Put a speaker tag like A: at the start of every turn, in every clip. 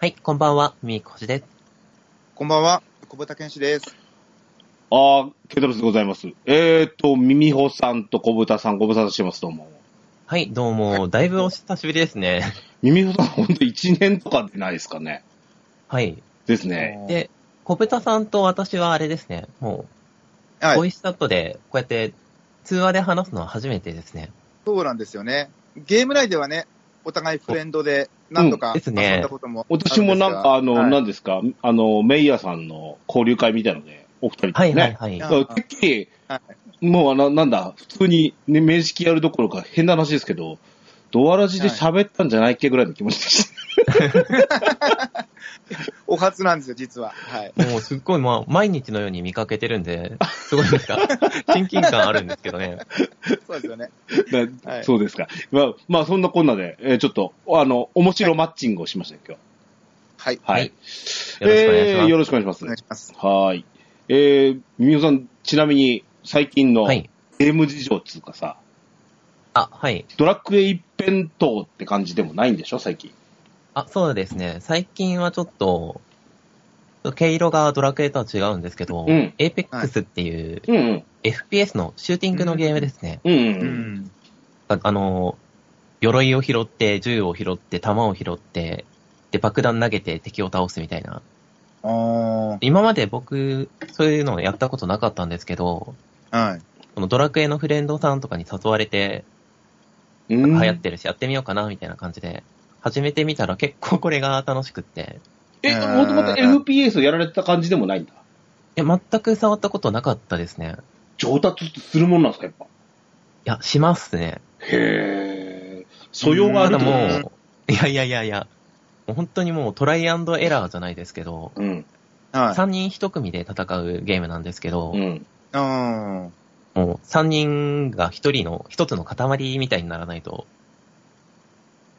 A: はい、こんばんは、みーこしです。
B: こんばんは、小豚健志です。
C: ああ、ケトロスでございます。えーと、ミミホさんと小豚さん、ご無沙汰してます、どうも。
A: はい、どうも、だいぶお久しぶりですね。
C: ミミホさん、ほんと1年とかでないですかね。
A: はい。
C: ですね。
B: で、
A: で、小豚さんと私はあれですね、もう、ボ
B: はい、
A: イスチャットで、こうやって、通話で話すのは初めてですね。
B: そうなんですよね。ゲーム内ではね、お互いフレンドで、何度か
A: ですね
B: 遊んだこともあるんです
C: 私
B: が
C: もなんか、あの、
B: はい
C: なんですか、あの、メイヤさんの交流会みたいので、お二人と
A: はい、
C: もね。
A: はい、はい。
B: あ
A: は
C: だからてっきり
B: は、
C: もうな、なんだ、普通に、ね、面識やるどころか変な話ですけど、ドアラジで喋ったんじゃないっけぐらいの気持ちでした。
B: お初なんですよ、実は。はい。
A: い、もうすっごい、まあ、毎日のように見かけてるんで、すごいなんか、親近感あるんですけどね。
B: そうですよね。
C: だ
B: はい
C: そうですか。まあ、まあ、そんなこんなで、えーちょっと、あの、面白マッチングをしましたよ、今日。
B: はい。
C: はい。
A: はいよろしくお願いします。
C: えーよろしく
B: お
C: お願いします
B: 願い。します。
C: はーい。えー、みみさん、ちなみに、最近の
A: は
C: ゲ
A: い。
C: ーム事情っつうかさ、
A: あ、はい。
C: ドラクエ一辺倒って感じでもないんでしょ、最近。
A: あ、そうですね。最近はちょっと、毛色がドラクエとは違うんですけど、
C: うん
A: エイペックスっていう
C: うんうん。
A: FPS のシューティングのゲームですね。
C: うん
B: う
C: うん。
B: ん。
A: ああの、鎧を拾って、銃を拾って、弾を拾って、で、爆弾投げて敵を倒すみたいな。
B: あ
A: 今まで僕、そういうのをやったことなかったんですけど、
B: ーはい。
A: そのドラクエのフレンドさんとかに誘われて、
C: うん。
A: 流行ってるし、やってみようかな、みたいな感じで、始めてみたら結構これが楽しくって、
C: え、もともと FPS をやられてた感じでもないんだ。
A: いや、全く触ったことなかったですね。
C: 上達ってするもんなんですか、やっぱ。
A: いや、しますね。
C: へえ。素養があ
A: た
C: る
A: だ
C: ってこと
A: もう、
C: で
A: いやいやいやいや、もう本当にもうトライアンドエラーじゃないですけど、
C: うん。
B: はい。
A: 3人1組で戦うゲームなんですけど、
C: うん。
B: うん。
A: もう3人が1人の、1つの塊みたいにならないと、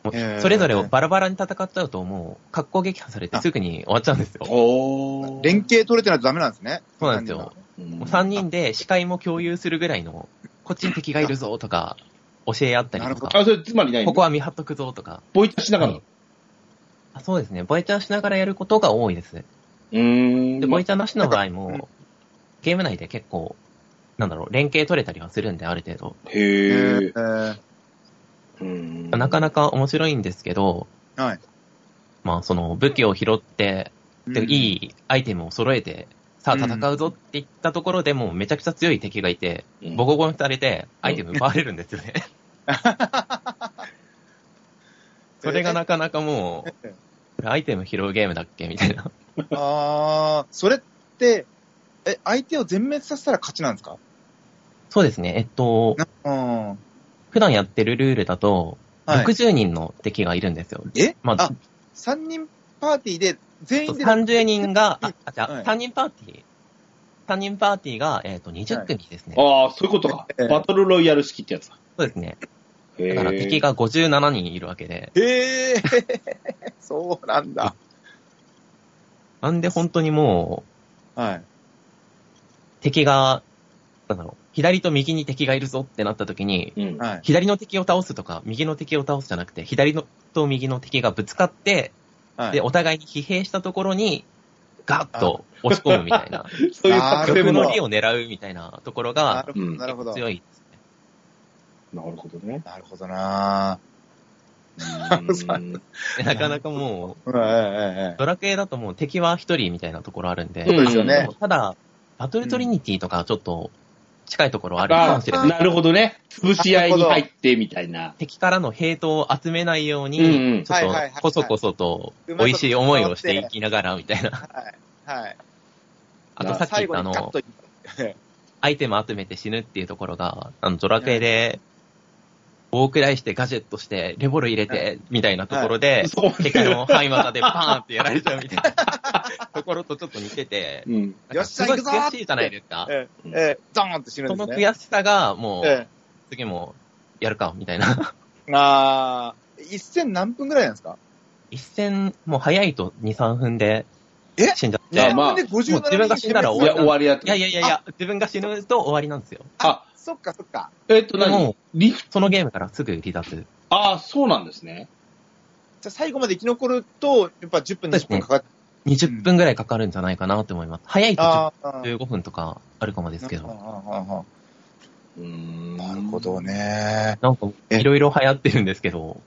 A: もう
B: へー
A: それぞれをバラバラに戦っちゃうともう、格好撃破されて
B: あ
A: すぐに終わっちゃうんですよ。
C: おー。
B: 連携取れてないとダメなんですね。
A: そうなんですよ。
C: うん
A: もう3人で視界も共有するぐらいの、こっちに敵がいるぞとか、教え合ったり
B: なる
A: と
B: ほ
A: か、
C: あ、それ、つまりない
A: ここは見張っとくぞとか。
C: ボイタしながら。
A: はいあそうですね。ボイチャーしながらやることが多いです。
C: うーん。
A: で、ボイチャーなしの場合
B: うん
A: も、ゲーム内で結構、なんだろう、連携取れたりはするんで、ある程度。
B: え
C: へえ。
B: ー
C: うん
A: なかなか面白いんですけど、
B: はい。
A: まあ、その、武器を拾って、で
B: うん
A: いいアイテムを揃えて、さあ
B: うん
A: 戦うぞって言ったところでもうめちゃくちゃ強い敵がいて、
C: うん
A: ボコボコにされて、アイテム奪われるんですよね。 それがなかなかもう、これアイテム拾うゲームだっけみたいな。
B: ああ、それって、え、相手を全滅させたら勝ちなんですか
A: そうですね。えっと、
B: うん。
A: 普段やってるルールだと、
B: はい。
A: 60人の敵がいるんですよ。
B: え
A: まあ
B: あ、3人パーティーで、全員で。
A: 30人が、あ、あじゃあ、
B: はい
A: 3人パーティー。3人パーティーが、えっ、と、20組ですね。
C: ああ、そういうことか
B: ええ。
C: バトルロイヤル式ってやつだ。
A: そうですね。
C: だ
A: だから敵。が57人いるわけで。
B: ええ そうなんだ。
A: なんで本当にもう、
B: はい。
A: 敵が、なんだろう、左と右に敵がいるぞってなった時に、
C: うん。
B: はい。
A: 左の敵を倒すとか、右の敵を倒すじゃなくて、左のと右の敵がぶつかって、
B: はい。
A: で、お互いに疲弊したところに、ガッと押し込むみたい な。
C: そういう作
A: 逆
C: 戦も。
A: の
C: な
A: 利を狙うみたいなところが、
B: なるほど、
C: うん
B: なるほど。
A: 強い。
C: るほ どね。
B: なるほどな
C: うん
A: なかなかもう、
B: ぁ。えええ
A: ドラクエだともう敵は一人みたいなところあるんで、
B: えそうですよね。
A: ただ、バトルトリニティとかちょっと近いところあるか
C: あ
A: もしれな
C: あ、
A: い。
C: なるほどね。潰し合いに入ってみたいな。
A: 敵からのヘイトを集めないよう
C: うんう
A: に、
C: ん
A: ちょっ
B: はいはいはいはい
A: とこそこそと美味しい思いをしていきながらみたいな。
B: はい。はい。
A: あとさっき言っ
B: 最後
A: たあ
B: にカッ
A: の
B: ト、い
A: アイテム集めて死ぬっていうところが、あの、ドラクエで、棒くらいしてガジェットして、レボル入れて、みたいなところで、
C: そう
A: 敵の背股でパーンってやられちゃうみたいなところとちょっと似てて、
C: うん。
B: よっしゃ
A: なんかすごい
B: 行くぞーっ
A: 悔
B: て
A: しいじゃないですか。
B: ええええドーンって死ぬ
A: そ
B: んで
A: の
B: すね。
A: 悔しさが、もう、
B: え
A: 次も、やるか、みたいな。
B: えあー一戦何分ぐらいなんですか
A: 一戦、もう早いと2、3分で
B: え、
A: 死んじゃって。い
C: いや
A: や
C: まあ
B: で57
A: もう自分が死んだら
C: い
A: 終
C: や、
A: わ
C: 終わりやと。
A: いやいやいや、自分が死ぬと終わりなんですよ。
B: あ、そっかそっか。
C: えっと、
A: で
C: 何
A: も
C: リフ
A: そのゲームからすぐ離脱。
C: ああ、そうなんですね。
B: じゃあ最後まで生き残ると、やっぱ10分、20分かかっ
A: 20分ぐらいかかるんじゃないかなと思います。早いと
B: あーあー、
A: 10 15分とかあるかもですけど。
B: ど。
C: うーん
B: なるほど。ね。
A: なんか、
B: え
A: いろいろ流行ってるんですけど、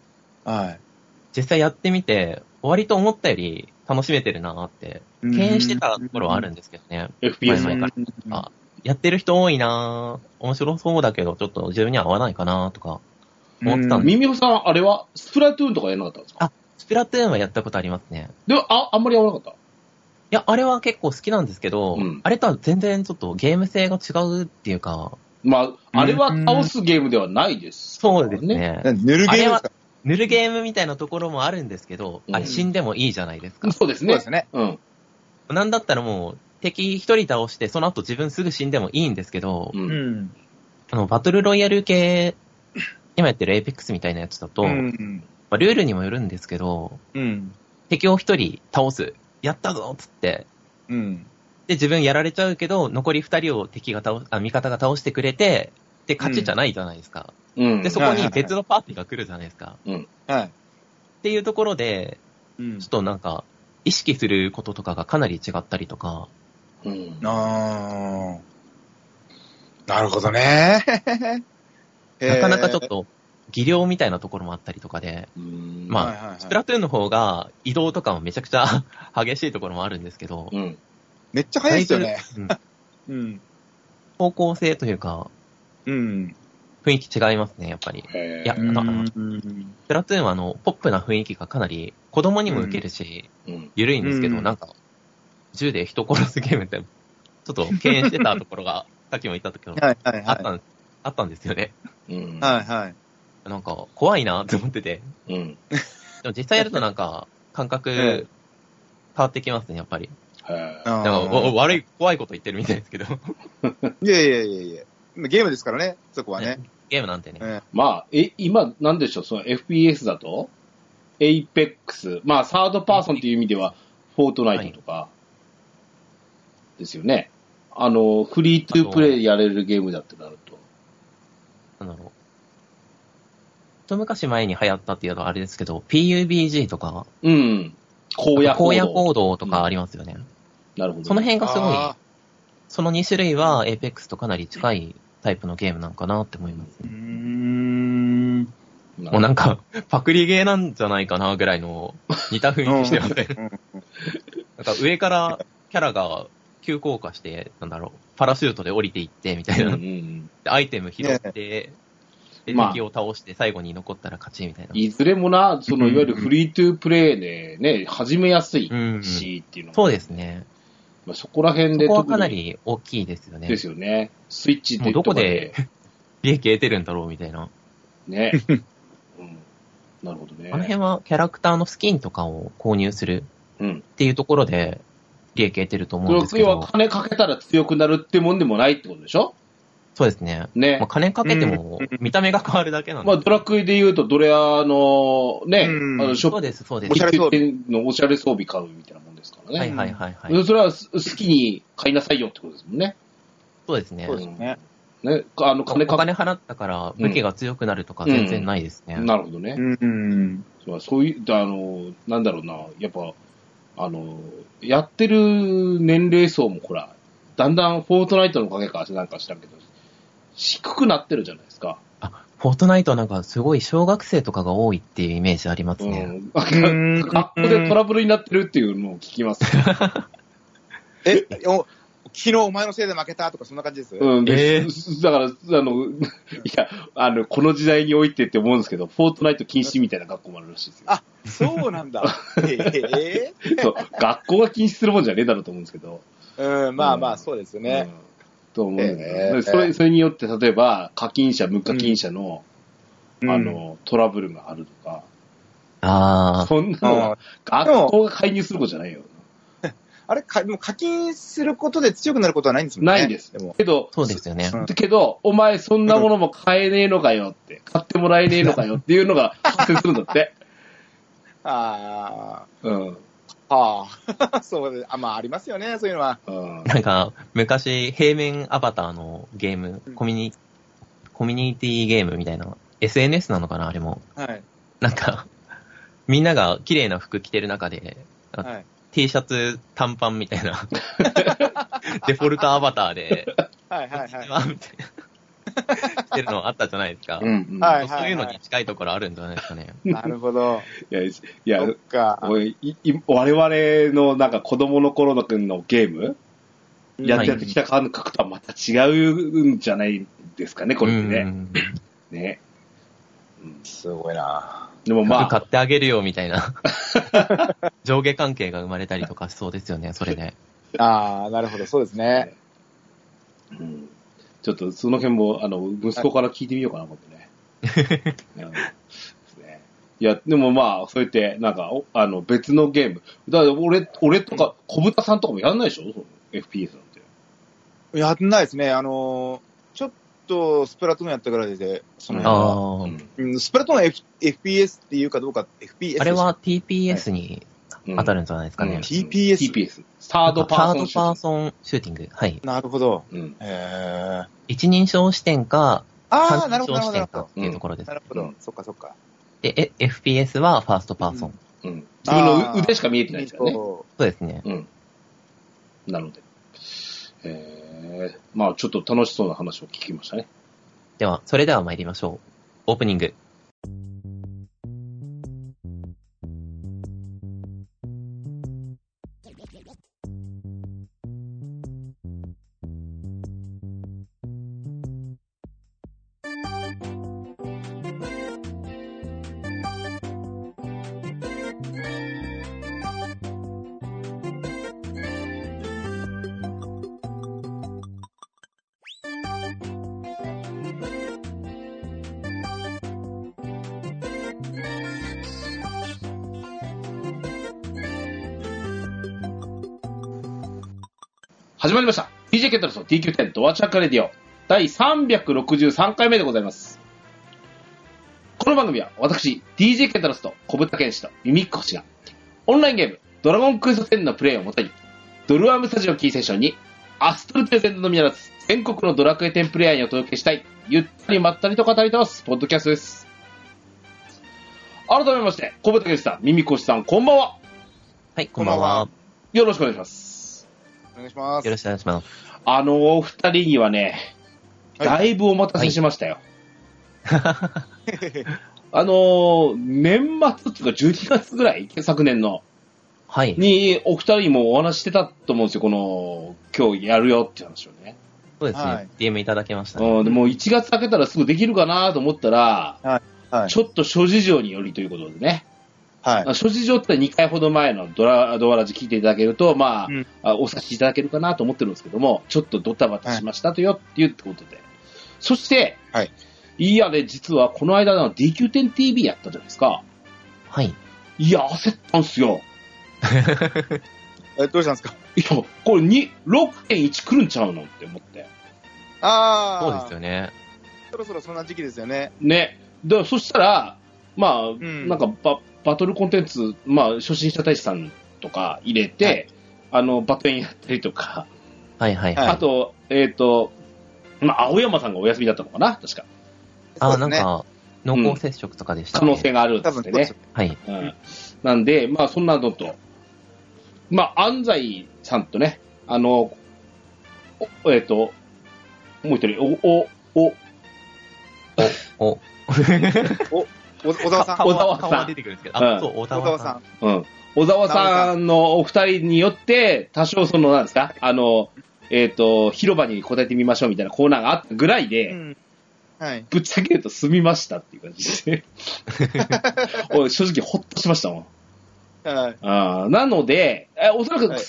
B: はい。
A: 実際やってみて、割と思ったより楽しめてるなーって、敬遠してたところはあるんですけどね。前
C: FPS
A: 々
C: ね
A: からあやってる人多いなー面白そうだけど、ちょっと自分には合わないかなーとか。思ってたんで
C: ミミホさん、あれは、スプラトゥーンとかやらなかったんですか
A: あスプラトゥーンはやったことありますね。
C: でもあ、あんまりやらなかっ
A: いや、あれは結構好きなんですけど、
C: うん
A: あれとは全然ちょっとゲーム性が違うっていうか、
C: た。まあ、あれは倒すゲームではないです。
A: そうですね。。
B: なんでぬるゲームですか
A: ぬるゲームみたいなところもあるんですけど、
C: うん
A: あれ死んでもいいじゃないですか。
C: そうです
B: そうで
C: ね
B: す。ね。
C: うん。
A: なんだったらもう、敵一人倒して、その後自分すぐ死んでもいいんですけど、
C: う。
B: うんん。
A: あの、バトルロイヤル系、今やってるエイペックスみたいなやつだと、
B: うん。
A: まあルールにもよるんですけど、
B: うん。
A: 敵を一人倒す。やったぞっつって。
B: うん。
A: で、自分やられちゃうけど、残り二人を敵が倒あ、味方が倒してくれて、で、勝ちじゃないじゃないですか。
C: うん
A: で、。そこに別のパーティーが来るじゃないですか。
B: はい。
A: っていうところで、
B: うん
A: ちょっとなんか、意識することとかがかなり違ったりとか、
C: うん
B: あーなるほどね。
A: なかなかちょっと、技量みたいなところもあったりとかで、
C: うん
A: まあ
B: はいはいはい
A: スプラトゥーンの方が移動とかもめちゃくちゃ 激しいところもあるんですけど、
C: うん。
B: めっちゃ早いですよね。
A: うん
B: うん。
A: 方向性というか、
B: うん。
A: 雰囲気違いますね、やっぱり。
C: い
A: いや
B: うん
A: あのスプラトゥーンはあの、ポップな雰囲気がかなり、子供にも受けるし、
C: うん。
A: 緩いんですけど、
B: うん
A: なんか、銃で人殺すゲームって、ちょっと敬遠してたところ が、さっきも言ったところ、
B: はいはい
A: あ
B: は
A: ったん、あったんですよね。
C: うん
B: い。。はいはい。
A: なんか、怖いなって思ってて。
C: うん。
A: でも実際やるとなんか、感覚、
B: え
A: 変わってきますね、やっぱり。
C: はい
B: あ
A: な
B: ー
A: んか、お悪い、怖いこと言ってるみたいですけど。
B: いやいやいやいや。ゲームですからね、そこはね。
A: ゲームなんてね。
B: うん
C: まあ、え、今、なんでしょう、その FPS だと、エイペックス、まあ、サードパーソンという意味では、フォートナイトとか、ですよね。あの、フリートゥープレイやれるゲームだってなると。
A: なんだろう。一昔前に流行ったっていうのはあれですけど、PUBG とか、
C: うん。荒野行動。
A: 荒野行動とかありますよね。
C: なるほど。
A: その辺がすごい、
B: あ
A: その2種類は Apex とかなり近いタイプのゲームなんかなって思います。
B: ーうーん。
A: もうな
C: なん
A: か、パクリゲーなんじゃないかなぐらいの似た雰 囲気してません。
B: うん
A: なんか上からキャラが急降下して、なんだろう、パラシュートで降りていってみたい
C: うんう
A: な。で
C: ん
A: アイテム拾って、で
C: まあ
A: 敵を倒して最後に残ったら勝ちみたいな。
C: いずれもな、その、
B: うん
C: いわゆるフリートゥープレイでね、始めやすい
A: うん。
C: し、っていうの
A: そううですね。
C: まあ、そこら辺
A: そ
C: で
A: こは
C: 特に
A: かなり大きいですよね。
C: ですよね。スイッチっていうとこで、
A: 利益得てるんだろうみたいな。
C: ね。 うん。なるほどね。
A: あの辺はキャラクターのスキンとかを購入する
C: うん。
A: っていうところで、利益得てると思うんですけ
C: 要は
A: ど、
C: 金かけたら強くなるってもんでもないってことでしょ
A: そうですね。
C: ね
A: まあ、。金かけても
B: うん
A: 見た目が変わるだけなんで
C: まあ、ドラクエで言うと、ドレアの、ね、
B: うん
C: あの、ショ
A: そう
C: ッ
A: です、そうで
B: お
A: す
B: しゃ。れ装備
C: 店のおしゃれ装備買うみたいなもんですからね。
A: は
B: れ
A: い
B: 装備
A: はいはいはい。
C: でそれはす好きに買いなさいよってことですもんね。
A: そうですね
B: そ。うですね。
C: ね、あの、
A: お
C: 金か
A: 金
C: け、
A: 払ったから武器が強くなるとか全然ないですね。
C: なるほどね。
B: うん。
C: まあそういう、あの、なんだろうな、やっぱ、あの、やってる年齢層もほら、だんだんフォートナイトのおかげか、なんか知らんけど、低くなってるじゃないですか。
A: あ、フォートナイトはなんかすごい小学生とかが多いっていうイメージあります
C: う
A: ね。
C: ん。
B: ん
C: 学校でトラブルになってるっていうのを聞きます。
B: え、お昨日お前のせいで負けたとかそんな感じです
C: うん。で
A: えー
C: すだから、あの、いや、あの、この時代においてって思うんですけど、フォートナイト禁止みたいな学校もあるらしいですよ。
B: あそうなんだ。え
C: そう。学校が禁止するもんじゃねえだろうと思うんですけど。
B: えうん、まあまあ、そうですよね。
C: うん。と思うんですよ
B: ええ
C: でそれ、それによって、例えば、課金者、無課金者の、あの、トラブルがあるとか、
A: ああ、
C: そんな
B: うん、
C: のは学校が介入することじゃないよ。
B: あれか、でも課金することで強くなることはないんですもんね。
C: ないです
B: でも。
C: けど、
A: そうですよね。
B: うん
C: けど、お前そんなものも買えねえのかよって、買ってもらえねえのかよ っていうのが発生するんだって。
B: あ
C: うん。
B: あ、はあ、 そうであ、まあ、ありますよね、そういうのは。
C: うん。
A: なんか、昔、平面アバターのゲーム、コミュニ、コミュニティゲームみたいな、SNS なのかな、あれも。
B: はい。
A: なんか、みんなが綺麗な服着てる中で、あ
B: はい。
A: T シャツ、短パンみたいな、デフォルトアバターで、
B: はいはいはい。
A: あみたいな、してるのあったじゃないですか。
C: うん、うん。
B: はい
A: そういうのに近いところあるんじゃないですかね。
B: なるほど。
C: いや、いいや
B: そっか。
C: おいいい我々のなんか子供の頃ののゲーム、やってやってきた感覚とはまた違うんじゃないですかね、これって
A: う
C: ね。
A: ん
C: ね。うん
B: すごいな
C: でもま
A: 服買
C: あ、
A: ってあげるよみたいな、上下関係が生まれたりとかしそうですよね、それで。
B: ああ、なるほど、そうですね。
C: うんちょっとその辺も、あの、息子から聞いてみようかな、今度ね。うんですねいや、でもまあ、そうやって、なんか、おあの、別のゲーム。だから俺、俺とか、小豚さんとかもやんないでしょその ?FPS なんて。
B: やんないですね。あのー、ちょっとスプラトゥーンやったぐらいで、その辺は
A: あー
B: うんスプラトゥーンは、F、FPS っていうかどうか、FPS
A: あれは TPS に
C: うん
A: 当たるんじゃないですかね。
B: TPS
C: ?TPS。サードパーソンシュ
A: サードパ
C: ー
A: ーソンシューティング。はい。
B: なるほど。
C: ト。うん。
B: えー、
A: 一人称視点か、
B: ああ、
A: 三
B: なる
A: 人
B: ほど、
A: 称
B: なる
A: 視
B: ほど
A: 点か
B: なるほど。
A: っていうところです
B: な。るほ
C: う
B: ど
C: ん。
B: そっかそっか。
A: で、え FPS はファーストパーソン。
B: う
C: うん。自分の
B: あー
C: 腕しか見えてないですからね。
B: そ
A: そうですね。
C: うん。なので。えー、まあちょっと楽しそうな話を聞きましたね。
A: では、それでは参りましょう。オープニング。
C: 始まりました。DJ ケンタロスの TQ10 ドアチャックレディオ第363回目でございます。この番組は私、DJ ケンタロスと小豚健士とミミック星がオンラインゲームドラゴンクエスト10のプレイをもとにドルアームスタジオキーセッションにアストルテ全土のみならず全国のドラクエ10プレイヤーにお届けしたいゆったりまったりと語り倒すポッドキャストです。改めまして、小豚健士さん、ミミック星さん、こんばんは。
A: はい、こんばん
B: こんばん
A: は
B: は。
C: よろしくお願いします。
B: うお願いします。
A: よろしくお願いします。
C: あのお二人にはね、
B: はい
C: だいぶお待たせしましたよ。あのー年末っていうか12月ぐらい昨年の。
A: はい。
C: に、お二人にもお話してたと思うんですよ。この、今日やるよって話をね。
A: そうです
B: はい
A: ね。DM いただきましたね。
C: うん、でもう1月明けたらすぐできるかなと思ったら、
B: はい。
C: ちょっと諸事情によりということでね。
B: はい。
C: 諸事情って2回ほど前のドラ、ドアラジ聞いていただけると、まあ、
B: うん
C: あお察しいただけるかなと思ってるんですけども、ちょっとドタバタしましたとよっていうことで。そして、
B: はい。
C: いやね、実はこの間の DQ10TV やったじゃないですか。
A: はい。
C: いや、焦ったんすよ。
B: え、どうしたんですか
C: いや、これに6.1来るんちゃうのって思って。
B: ああ、
A: そうですよね。
B: そろそろそんな時期ですよね。
C: ね。で、そしたら、まあ、
B: ん
C: なんかババトルコンテンツ、まあ、初心者大使さんとか入れて、
A: はい
C: あの、バトエンやったりとか、
A: はいはい
B: は
A: はいい。
C: あと、えっ、と、まあ、青山さんがお休みだったのかな確か。
A: あ、
B: そ
A: な
B: うんですね。
A: か、濃厚接触とかでした
C: 可
A: ね
C: 能性があるんで
B: 多分
C: すって
B: そうです
C: ね
B: よ。
A: はい。
C: うんなんで、まあ、そんなのと、まあ、安西さんとね、あの、おえっ、と、もう一人、お、お、お、
A: お、
B: お小沢さん。
C: 小沢さん
A: 顔は出てくるんですけど、
C: うん
A: あ、そう、小
B: 小
A: 沢
B: 沢
A: さん。
B: さん。
C: うん。小沢さんのお二人によって、多少その、なんですか、あの、えっ、と、広場に答えてみましょうみたいなコーナーがあったぐらいで、
B: うん。はい。
C: ぶっちゃけると済みましたっていう感 じで。俺、正直ほっとしましたもん。
B: はい。
C: あーなので、えおそらく
B: はい
C: 3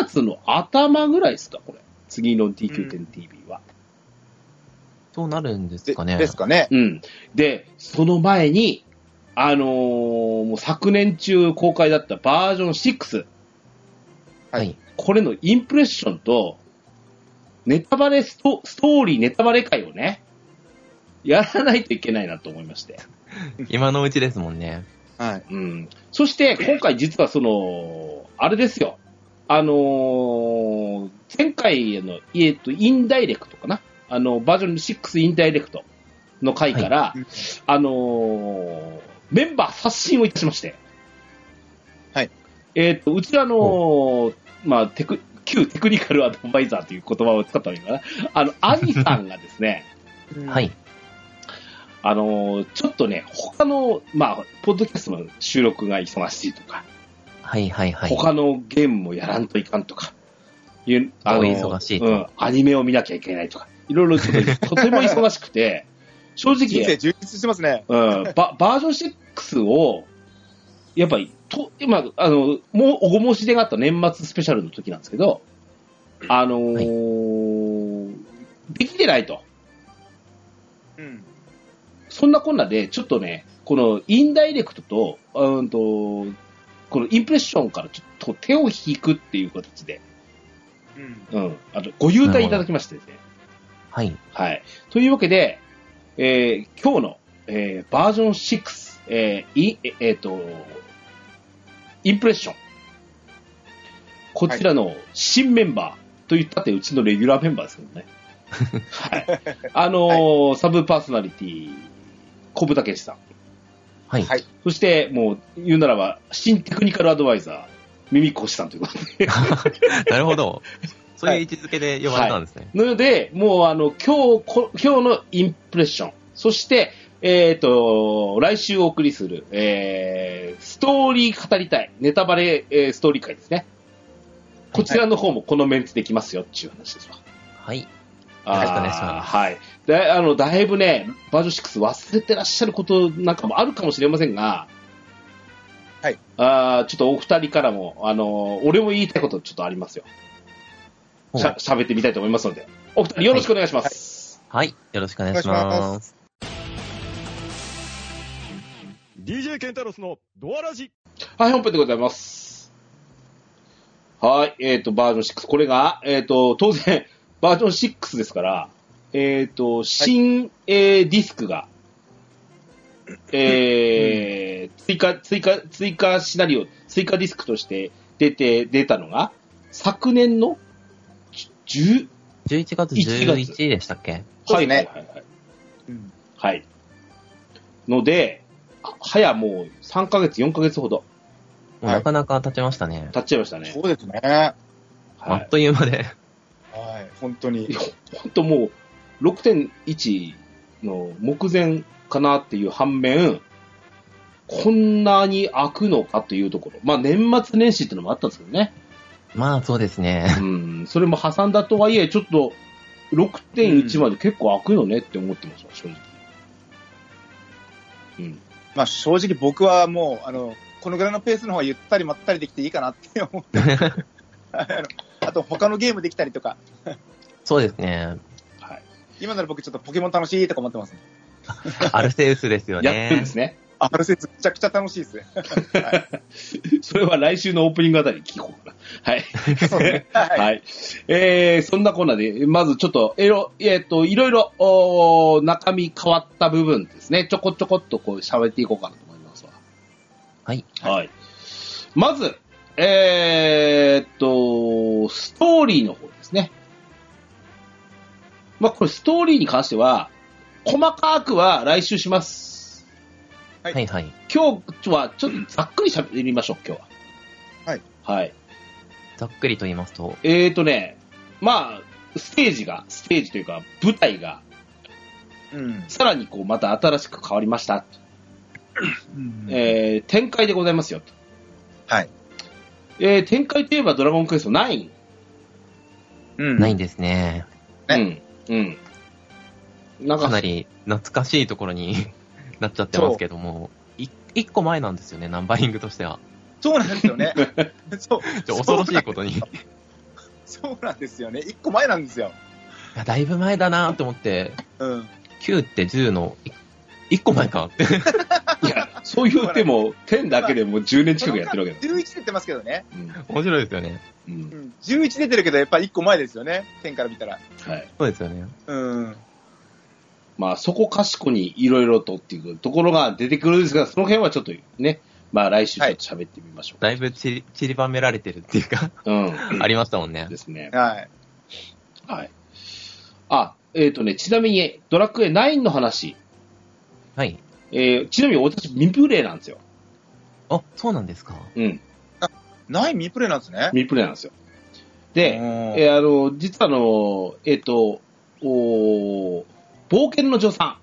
C: 月の頭ぐらいですか、これ。次の DQ10TV は。
A: そうなるんです
B: で
A: かね。
B: ですかね。
C: うん。で、その前に、あのーもう昨年中公開だったバージョン6、
A: はい。
C: これのインプレッションと、ネタバレスト、ストーリーネタバレ会をね、やらないといけないなと思いまして。
A: 今のうちですもんね。
B: はい。
C: うん。そして、今回実はその、あれですよ。あのー前回の、えっと、インダイレクトかな。あの、バージョン6インダイレクトの回から、
B: はいうん
C: あのーメンバー刷新をいたしまして、えーっと、うちらの、まあ、テク、旧テクニカルアドバイザーという言葉を使ったのかな。あの、アニさんがで すね、
A: は。い。
C: あの、ちょっとね、他の、まあ、ポッドキャストの収録が忙しいとか、
A: はいはいはい。
C: 他のゲームもやらんといかんとか、いう、
A: お忙しいと
C: うん、アニメを見なきゃいけないとか、いろいろちょっと、とても忙しくて、正
B: 人生
C: 直、
B: 充実してますね。
C: うん、ババージョン6を、やっぱり、と、今、あの、もう、おご申し出があった年末スペシャルの時なんですけど、あのーできてないと。
B: うん。
C: そんなこんなで、ちょっとね、このインダイレクトと、うーんと、このインプレッションからちょっと手を引くっていう形で、
B: うん。
C: うん、あと、ご優待いただきましてですね。
A: はい。
C: はい。というわけで、えー今日の、えーバージョン6、えーいええーと、インプレッション。こちらの新メンバーと言ったってうちのレギュラーメンバーですけどね。はい。あのーサブパーソナリティ、小武武さん。
A: はい。
B: はい
C: そして、もう、言うならば、新テクニカルアドバイザー、耳越しさんということで。
A: なるほど。そういう位置づけで呼ばれたんですね。
C: なので、もうあの今日こ今日のインプレッション、そして、えー、と来週お送りする、えーストーリー語りたい、ネタバレ、えーストーリー会ですね。こちらの方もこのメンツできますよっていう話ですわ。
A: はい。
C: あ
A: はい
C: ー
A: お願いします
C: はい。で、あの、だいぶね、バージョン6忘れてらっしゃることなんかもあるかもしれませんが、
B: はい。
C: あーちょっとお二人からも、あの、俺も言いたいことちょっとありますよ。しゃ、喋ってみたいと思いますので、お二人よろしくお願いします。
A: はい。よろしくお願いし
B: お願い
A: ま。
B: します
D: DJ ケンタロスのドアラジ
C: はい、本編でございます。はい、えっ、と、バージョン6。これが、えっ、と、当然、バージョン6ですから、えっ、と、新、えーディスクが、えー追加、追加、追加シナリオ、追加ディスクとして出て、出たのが、昨年の、10、
A: 11月11日でしたっけ
B: そうですね
C: はいはいはいはい。
B: うん
C: はい。ので、は早もう3ヶ月、4ヶ月ほど
A: もうなかなか経ちましたね。
C: 経っちゃいましたね
B: そ。うですね。
A: あ
C: は
A: っという間で。
B: はい。本当
C: い
B: に
C: や。本当もう、6.1の目前かなっていう反面、こんなに開くのかというところ。まあ年末年始ってのもあったんですけどね。
A: まあそうですね。
C: うん。それも挟んだとはいえ、ちょっと6.1まで結構開くよねって思ってますわ、正直。うん。
B: まあ正直僕はもう、あの、このぐらいのペースの方がゆったりまったりできていいかなって 思って。あのあと他のゲームできたりとか、
A: そうですね。
C: はい。
B: 今なら僕ちょっとポケモン楽しいとか思ってます。
A: アルセウスですよ
C: やってるん
A: ね
C: で。すね。
B: あの説めちゃくちゃ楽しいですね。
C: それは来週のオープニングあたりに聞こうかな。はい。
B: そうね。はい。
C: はい。えー、そんなこんなで、まずちょっと、えろ、えっと、いろいろ、おー中身変わった部分ですね。ちょこちょこっとこう喋っていこうかなと思いますわ。
A: はい。
C: はい。まず、えー、っと、ストーリーの方ですね。まあ、これストーリーに関しては、細かくは来週します。
B: はい
A: はいはい。
C: 今日はちょっとざっくり喋りましょう、今日は。
B: はい。
C: はい。
A: ざっくりと言いますと。
C: えーとね、まあ、ステージが、ステージというか、舞台が、
B: うん。
C: さらにこう、また新しく変わりました。
B: え
C: えー、展開でございますよ。と
B: はい。
C: えー、展開といえばドラゴンクエスト9。
B: うん
A: ないんですね。
C: うん。うん。なん
A: か
C: か、
A: なり懐かしいところに なっちゃってますけども。い一個前なんですよね、ナンバリングとしては。
B: そうなんですよ ね。そう。
A: ちょ恐ろしいことに。い
B: そうなんですよね。一個前なんですよ。
A: やだいぶ前だなと思って、
B: うん。
A: 9って10のい一個前かって。
C: いや、そう言っても、10だけでもう10年近くやってるわけだ。
B: 11出てますけどね。
A: 面白いですよね。
C: うん。う。
B: うんん。11出てるけど、やっぱ一個前ですよね。天から見たら。
C: はい。
A: そうですよね。
B: うん。
C: まあ、そこかしこにいろいろとっていうところが出てくるんですが、その辺はちょっとね、まあ来週ちょっと喋ってみましょう。
A: だいぶ散り散りばめられてるっていう か、ありましたもん
C: う
A: ね
C: ん。。ですね。
B: はい。
C: はい。あ、えっ、とね、ちなみに、ドラクエ9の話、
A: はい。
C: えーちなみに私、ミプレイなんですよ。
A: あ、そうなんですか。
C: うん。
B: ないミープレイなんですね。
C: ミープレイなんですよ。で、
B: うん
C: えーあの、実はあの、えっ、と、おー冒険の女さん。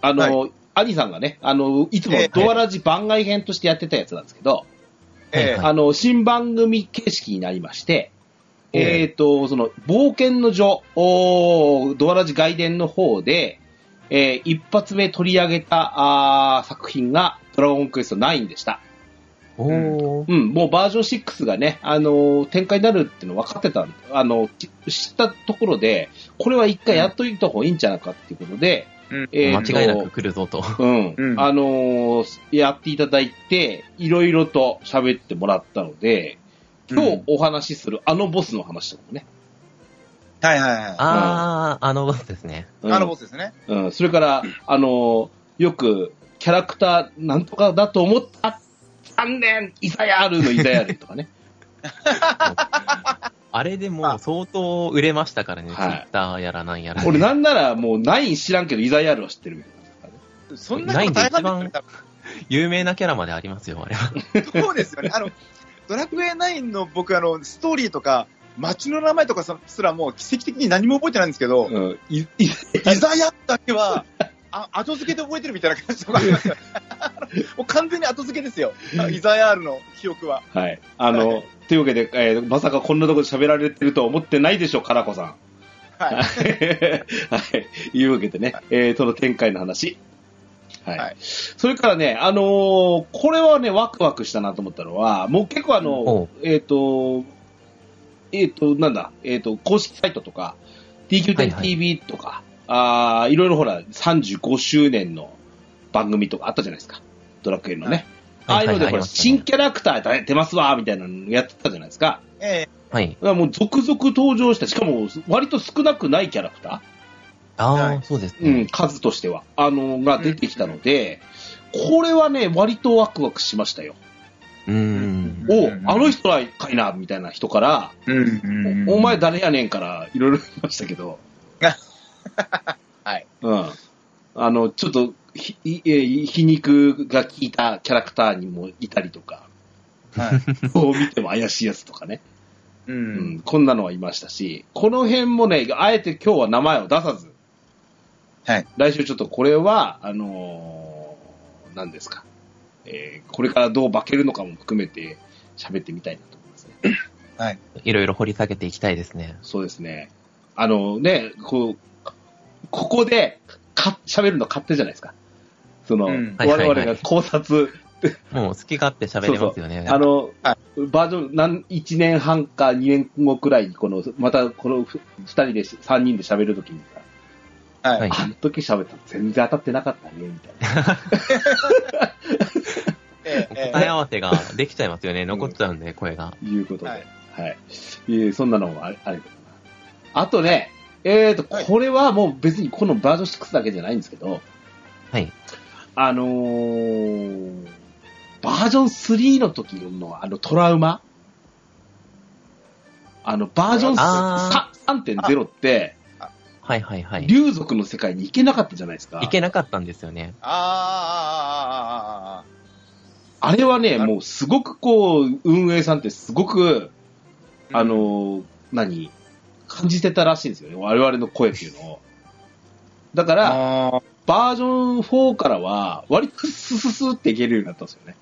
C: あの、
B: は
C: アニさんがね、あの、いつも
B: ええ
C: ドアラジ番外編としてやってたやつなんですけど、
B: え
A: はい
C: あの、新番組形式になりまして、
A: ええ
C: えっ、と、その、冒険の女、おードアラジ外伝の方で、えー一発目取り上げたあー作品が、ドラゴンクエスト9でした。
A: おー。
C: うん、もうバージョン6がね、あのー展開になるっていうの分かってたんあの、き知ったところで、これは一回やっといた方がいいんじゃないかっていうことで、
B: うん
C: えーと
A: 間違いなく来るぞと。
C: うん、
B: うん
C: あのーやっていただいて、いろいろと喋ってもらったので、今
B: う
C: 日
B: ん
C: お話しするあのボスの話とかもね。
B: えはいはいはい。
A: あー、あのボスですね。
C: うん、
B: あのボスですね。
C: うん、それから、あのーよく、キャラクターなんとかだと思った、残念イザヤールのイザヤールと かね。
A: あれでもう相当売れましたからね、ツイ
C: はい
A: ッターやらなんやら。
C: 俺なんならもう9知らんけどイザヤールは知ってるみたいな。
B: そんなこと大半ですよ
A: 有名なキャラまでありますよ、あれは。
B: ね多分そうですよね。あの、ドラクエ9の僕、あの、ストーリーとか、街の名前とかすらもう奇跡的に何も覚えてないんですけど、
C: うん、いい
B: イザヤだけは、あ後付けで覚えてるみたいな感じとかありますよ もう完全に後付けですよ。イザヤールの記憶は。
C: はい。あの、
B: はい
C: というわけで、えーまさかこんなところで喋られてるとは思ってないでしょう、カラコさん。
B: はい。
C: はい。いうわけでね、えーその展開の話。はい。
B: はい
C: それからね、あのーこれはね、ワクワクしたなと思ったのは、もう結構あ
A: お
C: の
A: う、
C: えっ、と、えっ、と、なんだ、えっ、と、公式サイトとか、
A: はいはい
C: TQ10TV とか、ああいろいろほら、35周年の番組とかあったじゃないですか。ドラクエのね。ああいうの
A: は
C: で、
A: いはい
C: ほら
A: ありましたね
C: 新キャラクター出ますわ、みたいなのやってたじゃないですか。
B: ええ
A: はい。
C: だからもう続々登場した、しかも割と少なくないキャラクタ
A: あ
B: は
A: ー、
B: い
A: そうです
C: ー、うん、
A: ね。
C: 数としては、あの、が出てきたので、これはね、割とワクワクしましたよ。
A: うーん。
C: お
B: うん
C: あの人はかいな、みたいな人から、おお前誰やねんから、いろいろ言いましたけど。
B: はい。
C: うん。あの、ちょっと、ひ、いえー皮肉が効いたキャラクターにもいたり とか、
B: はい
C: どう見ても怪しいやつとかね。
B: う
C: うん
B: ん。
C: こんなのはいましたし、この辺もね、あえて今日は名前を出さず、
B: はい
C: 来週ちょっとこれは、あのー何ですか、えーこれからどう化けるのかも含めて喋ってみたいなと思いますね。
A: いろいろ掘り下げていきたいですね。
C: そうですね。あのね、こう、ここでか喋るの勝手じゃないですか。その、
B: うん
A: はいはいはい
C: 我々が考察、
A: もう好き勝手喋れますよね。
C: あの、
B: は
C: バージョン、なん、1年半か2年後くらいに、この、また、このふ2人で、3人で喋るときにさ、
B: は。
A: はいい
C: あの時喋ったら全然当たってなかったね、みたいな。
B: えええ
A: 答え
B: え
A: 合わせができちゃいます よね。残っちゃうんで、声が。
C: いうことで。は
B: はいい。
C: いえそんなのもありありかな。あとね、えっ、と、
B: はい
C: これはもう別にこのバージョン6だけじゃないんですけど、
A: はい。
C: あのーバージョン3の時のあのトラウマあの、バージョン
A: あ
C: 3.0って、
A: はいはいはい。
C: 竜族の世界に行けなかったじゃないですか
A: い。けなかったんですよね。
B: あーあーあーあーあーあ
C: あれはね、
B: あ
C: もうすごくこう、運営さんってすごく、
B: ー
C: あの、ー何感じてたらしいんですよね。我々の声っていうのを。だから、
B: あー
C: バージョン4からは、割とスススっていけるようになったんですよね。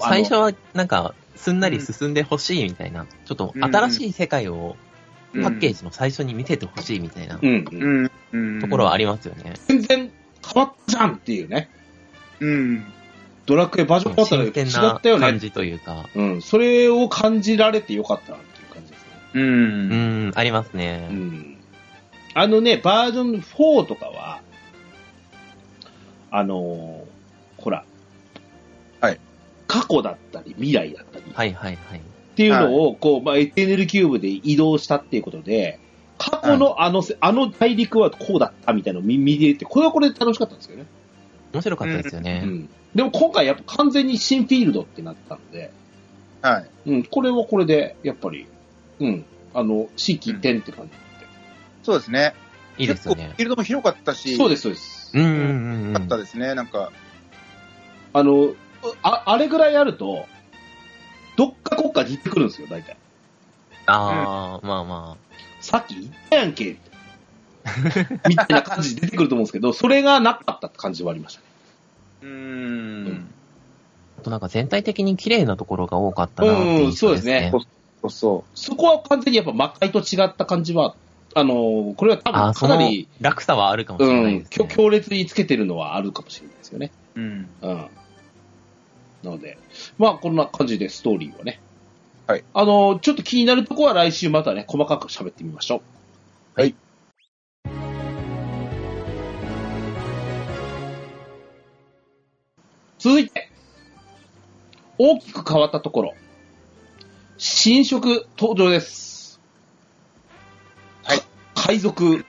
C: おあの
A: 最初はなんか、すんなり進んでほしいみたいな、ちょっと新しい世界をパ
B: うん
A: ッケージの最初に見せてほしいみたいな
C: うん、うん
B: うんうん。
A: ところはありますよね。
C: 全然変わったじゃんっていうね。
B: うん。
C: ドラクエバージョン4から
A: 真
C: 違
A: 剣
C: っ
A: な
C: たよ
A: 感
C: ね。
A: じというか、
C: うん、それを感じられてよかったなっていう感じですね。
B: う。
A: うんん、あります
C: う
A: ね。
C: んあのね、バージョン4とかは、あのーほら、
B: はい
C: 過去だったり未来だったりっ
A: はいはいはい。
C: ていうのを、こう、まあ、エテルキューブで移動したっていうことで、過去のあのせ、あの大陸はこうだったみたいなのを見見れて、これはこれで楽しかったんですけどね。
A: 面白かったですよ
C: う
A: ね。
C: ん。でも今回やっぱ完全に新フィールドってなったので、
B: はい。
C: うん、これはこれで、やっぱり、うん、あの、四季点って感じ
B: そうですね。
A: いいですよね
B: 結構フィー。ルドも広かったし、
C: そうです、そうです。
A: うんうんうんう
B: かった
A: ん。
B: ですね。なんか、
C: あの、ああれぐらいあると、どっかかに行ってくるんですよ、大体。
A: ああ、まあま
C: さっき言ったやんけ。みたいな感じで出てくると思うんですけど、それがなかったって感じはありましたね。
B: うーん。
A: あ。あとなんか全体的に綺麗なところが多かったなっていう印象ですね。
B: うんそうそ
C: そこは完全にやっぱ魔界と違った感じは、あのーこれは多
A: あ
C: 分
A: あ、そ
C: か
A: の
C: なり、
A: 落差はあるかもし
C: う
A: れない
C: ん、
A: ですね。
C: 強強烈につけてるのはあるかもしれないですよね。
B: う。うん。
C: うん。なので、まあこんな感じでストーリーはね。
B: はい。
C: あのーちょっと気になるとこは来週またね、細かく喋ってみましょう。
B: はい。
C: 続いて、大きく変わったところ、新色登場です。
B: はい。
C: 海賊。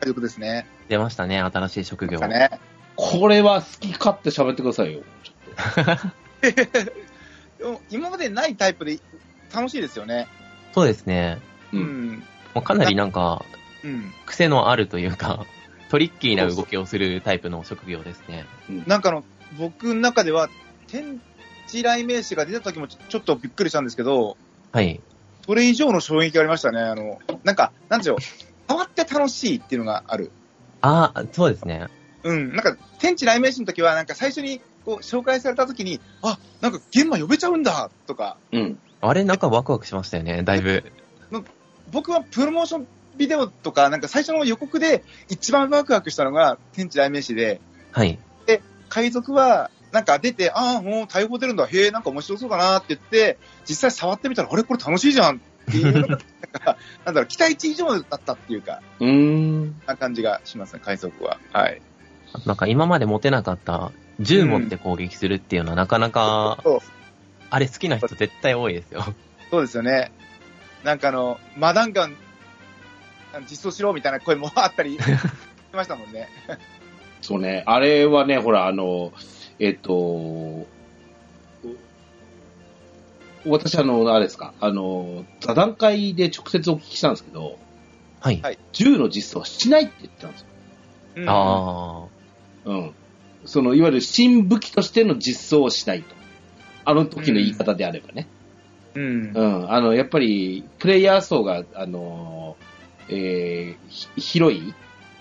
B: 海賊ですね。
A: 出ましたね、新しい職業。
B: だね。
C: これは好き勝手喋ってくださいよ。ちょっと
B: でも今までないタイプで楽しいですよね。
A: そうですね。
C: う
B: うんん。
A: もうかなりなんか、
B: うん。
A: 癖のあるというか、 トリッキーな動きをするタイプの職業ですね。
B: なんかあの、僕の中では、天地雷鳴詞が出た時もちょちょっとびっくりしたんですけど、
A: はい。
B: それ以上の衝撃がありましたね。あの、なんか、なんでしょう。変わって楽しいっていうのがある。
A: ああ、そうですね。
B: うん。なんか、天地雷鳴詞の時は、なんか最初にこう紹介された時に、あ、なんか現場呼べちゃうんだとか、
C: うん。
A: あれなんかワクワクしましたよね、だいぶ。
B: 僕はプロモーションビデオとか、なんか最初の予告で一番ワクワクしたのが天地雷鳴詞で、
A: はい。
B: 海賊は、なんか出て、ああ、もう逮捕出るんだ、へえ、なんか面白そうだなって言って、実際触ってみたら、あれ、これ楽しいじゃんっていう、なんか、なんだろう、期待値以上だったっていうか、
C: うーん。
B: な感じがしますね、海賊は。はい。
A: なんか今まで持てなかった銃持って攻撃するっていうのはなかなか、
B: そう
A: あれ好きな人絶対多いですよ。
B: そうですよね。なんかあの、マダンガン、あの実装しろみたいな声もあ ったりしましたもんね。
C: そうね。あれはね、ほら、あの、えっと、私、あの、あれですか、あの、座談会で直接お聞きしたんですけど、
A: はい。
B: はい
C: 銃の実装はしないって言ってたんですよ。
B: うん、
A: あ
C: うん。その、いわゆる新武器としての実装をしないと。あの時の言い方であればね。
B: うん。
C: うん、あの、やっぱり、プレイヤー層が、あの、えーひ広い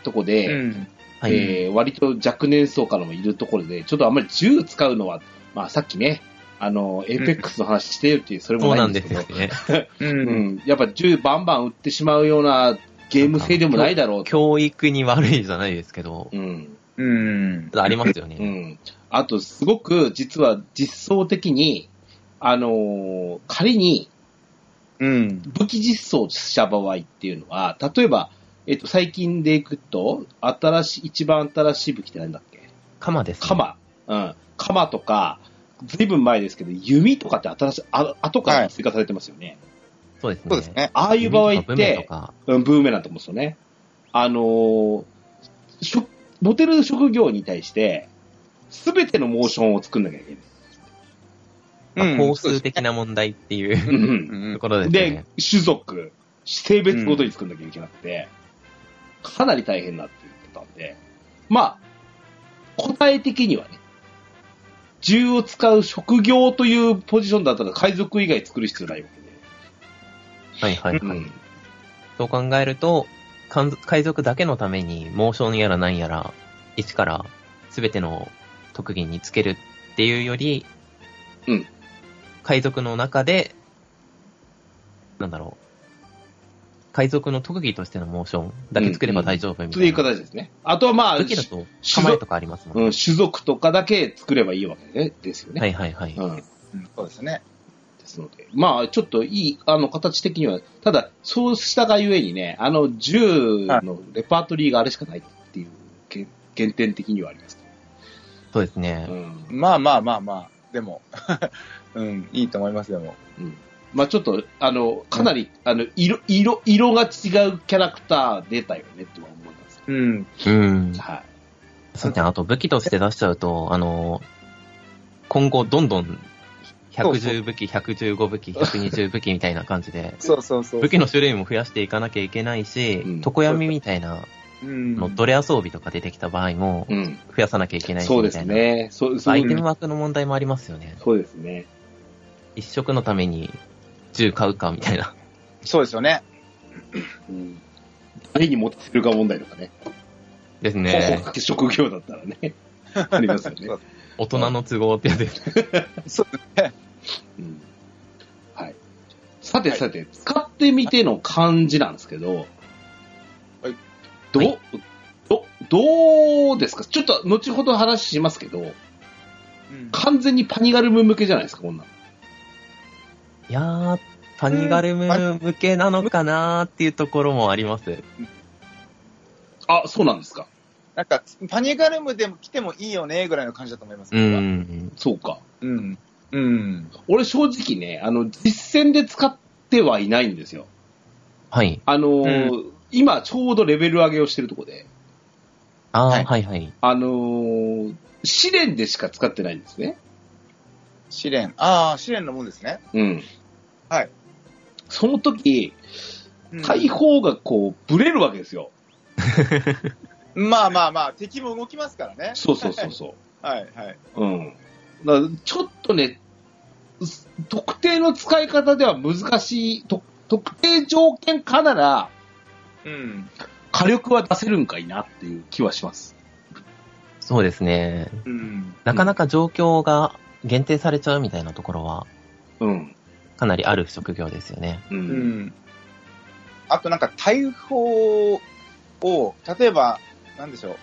C: とこで、
B: うん。
A: あ。はい。
C: えー割と若年層からもいるところで、ちょっとあんまり銃使うのは、まあさっきね、あの、エイペックスの話してるっていう、それ
A: そ
C: も
A: うない
C: な
A: ん
C: んで
A: ですす
C: けど
A: よ、ね。
B: うん。
C: うんやっぱ銃バンバン撃ってしまうようなゲーム性でもないだろうと。
A: 教育に悪いじゃないですけど、
C: うん。
B: うん。
A: ありますよ
C: う
A: ね。
C: ん。あと、すごく、実は実装的に、あのー仮に
B: うん。
C: 武器実装した場合っていうのは、例えば、えっと、最近でいくと、新しい、一番新しい武器って何だっけ
A: 鎌です、ね。
C: 鎌、うん、鎌とか、ずいぶん前ですけど、弓とかって新しい、あ後から追加されてますよね。
A: そうですね。
B: そうですね。
C: ああいう場合
A: 弓とか
C: っ
A: 文明と
C: て、
A: か
C: うんブーメランとかもそうね、あのーしょモテる職業に対して、すべてのモーションを作んなきゃいけない。
A: まあ、
B: うん
A: 工数的な問題っていうう、
C: ん
B: うん
A: ところで
C: うん
A: す
C: で
A: ね。、
C: 種族、性別ごとに作んなきゃいけなくて、かなり大変だって言ってたんで、まあ、答え的にはね、銃を使う職業というポジションだったら海賊以外作る必要ないわ
A: はいはい
C: けで、
A: はい。
C: うん
A: そう考えると、かん海賊だけのために、モーションやらなんやら、一から全ての特技につけるっていうより、
C: うん
A: 海賊の中で、なんだろう。海賊の特技としてのモーションだけ作れば大丈夫みた
C: とい
A: いうな。
C: 形ですね。あとはまあ、
A: 武器だと
C: 種
A: 構え
C: 族
A: とかありますもん
C: う
A: ね。
C: ん、種族とかだけ作ればいいわけねですよね。
A: はいはいはい。
C: うん
B: うんそうですね。
C: ですので、まあ、ちょっといい、あの、形的には、ただ、そうしたがゆえにね、あの、銃のレパートリーがあれしかないっていう、け原点的にはあります、
A: そうですね。
C: うん。
B: まあまあまあまあ、でも、 うん、いいと思います、でも。
C: うん。まあ、ちょっと、あの、かなり、あの、色、色、色が違うキャラクター出たよね、とは思います。
B: うん。
A: うん。
C: はい。
A: そうですね、あと武器として出しちゃうと、あの、今後どんどん
B: そうそ
A: 110武器、115武器、120武器みたいな感じで、
B: そうそうそう。
A: 武器の種類も増やしていかなきゃいけないし
C: うん、
A: 床闇みたいな、
B: うん。
A: の奴隷装備とか出てきた場合も
C: うん。
A: 増やさなきゃいけないし、
C: そう
A: み
C: で
A: た
C: す
A: いな。
C: ね。そう、そう
A: アイテム枠の問題もありますよね。
C: そうですね。
A: 一色のために銃買うかみたいな。
B: そうですよね。
C: うん。何に持たせるか問題とかね。
A: です
C: ほ
A: ね
C: ほ。職業だったらね。ありますよ ね。
A: 大人の都合ってやつです。
C: うんはい。さてさて、使ってみての感じなんですけど、
B: はい
C: どう、
A: はい
C: ど、どうですかちょっと後ほど話しますけど、
B: うん
C: 完全にパニガルム向けじゃないですか、こんなん。
A: いやー、パニガルム向けなのかなーっていうところもあります。
C: あ、そうなんですか。
B: なんか、パニガルムでも来てもいいよね、ぐらいの感じだと思います。
A: うん。
C: そうか。
B: うん。うん。
C: 俺正直ね、あの、実践で使ってはいないんですよ。
A: はい。
C: あのー今ちょうどレベル上げをしてるとこで、
A: あ
B: は
A: ー、
B: い
A: はいはい。
C: あのー試練でしか使ってないんですね。
B: 試練。ああ、試練のもんですね。
C: うん。
B: はい。
C: その時、
B: うん
C: 大砲がこう、ブレるわけですよ。
B: まあまあまあ、敵も動きますからね。
C: そうそうそうそ
B: はいはい。
C: う。うん。だからちょっとね、す特定の使い方では難しい、と特定条件下なら
B: うん。
C: 火力は出せるんかいなっていう気はします。
A: そうですね。
B: うん。
A: なかなか状況が限定されちゃうみたいなところは、
C: うん。
A: かなりある職業ですよね。
C: う。
B: うんん。あとなんか、大砲を、例えば、なんでしょう。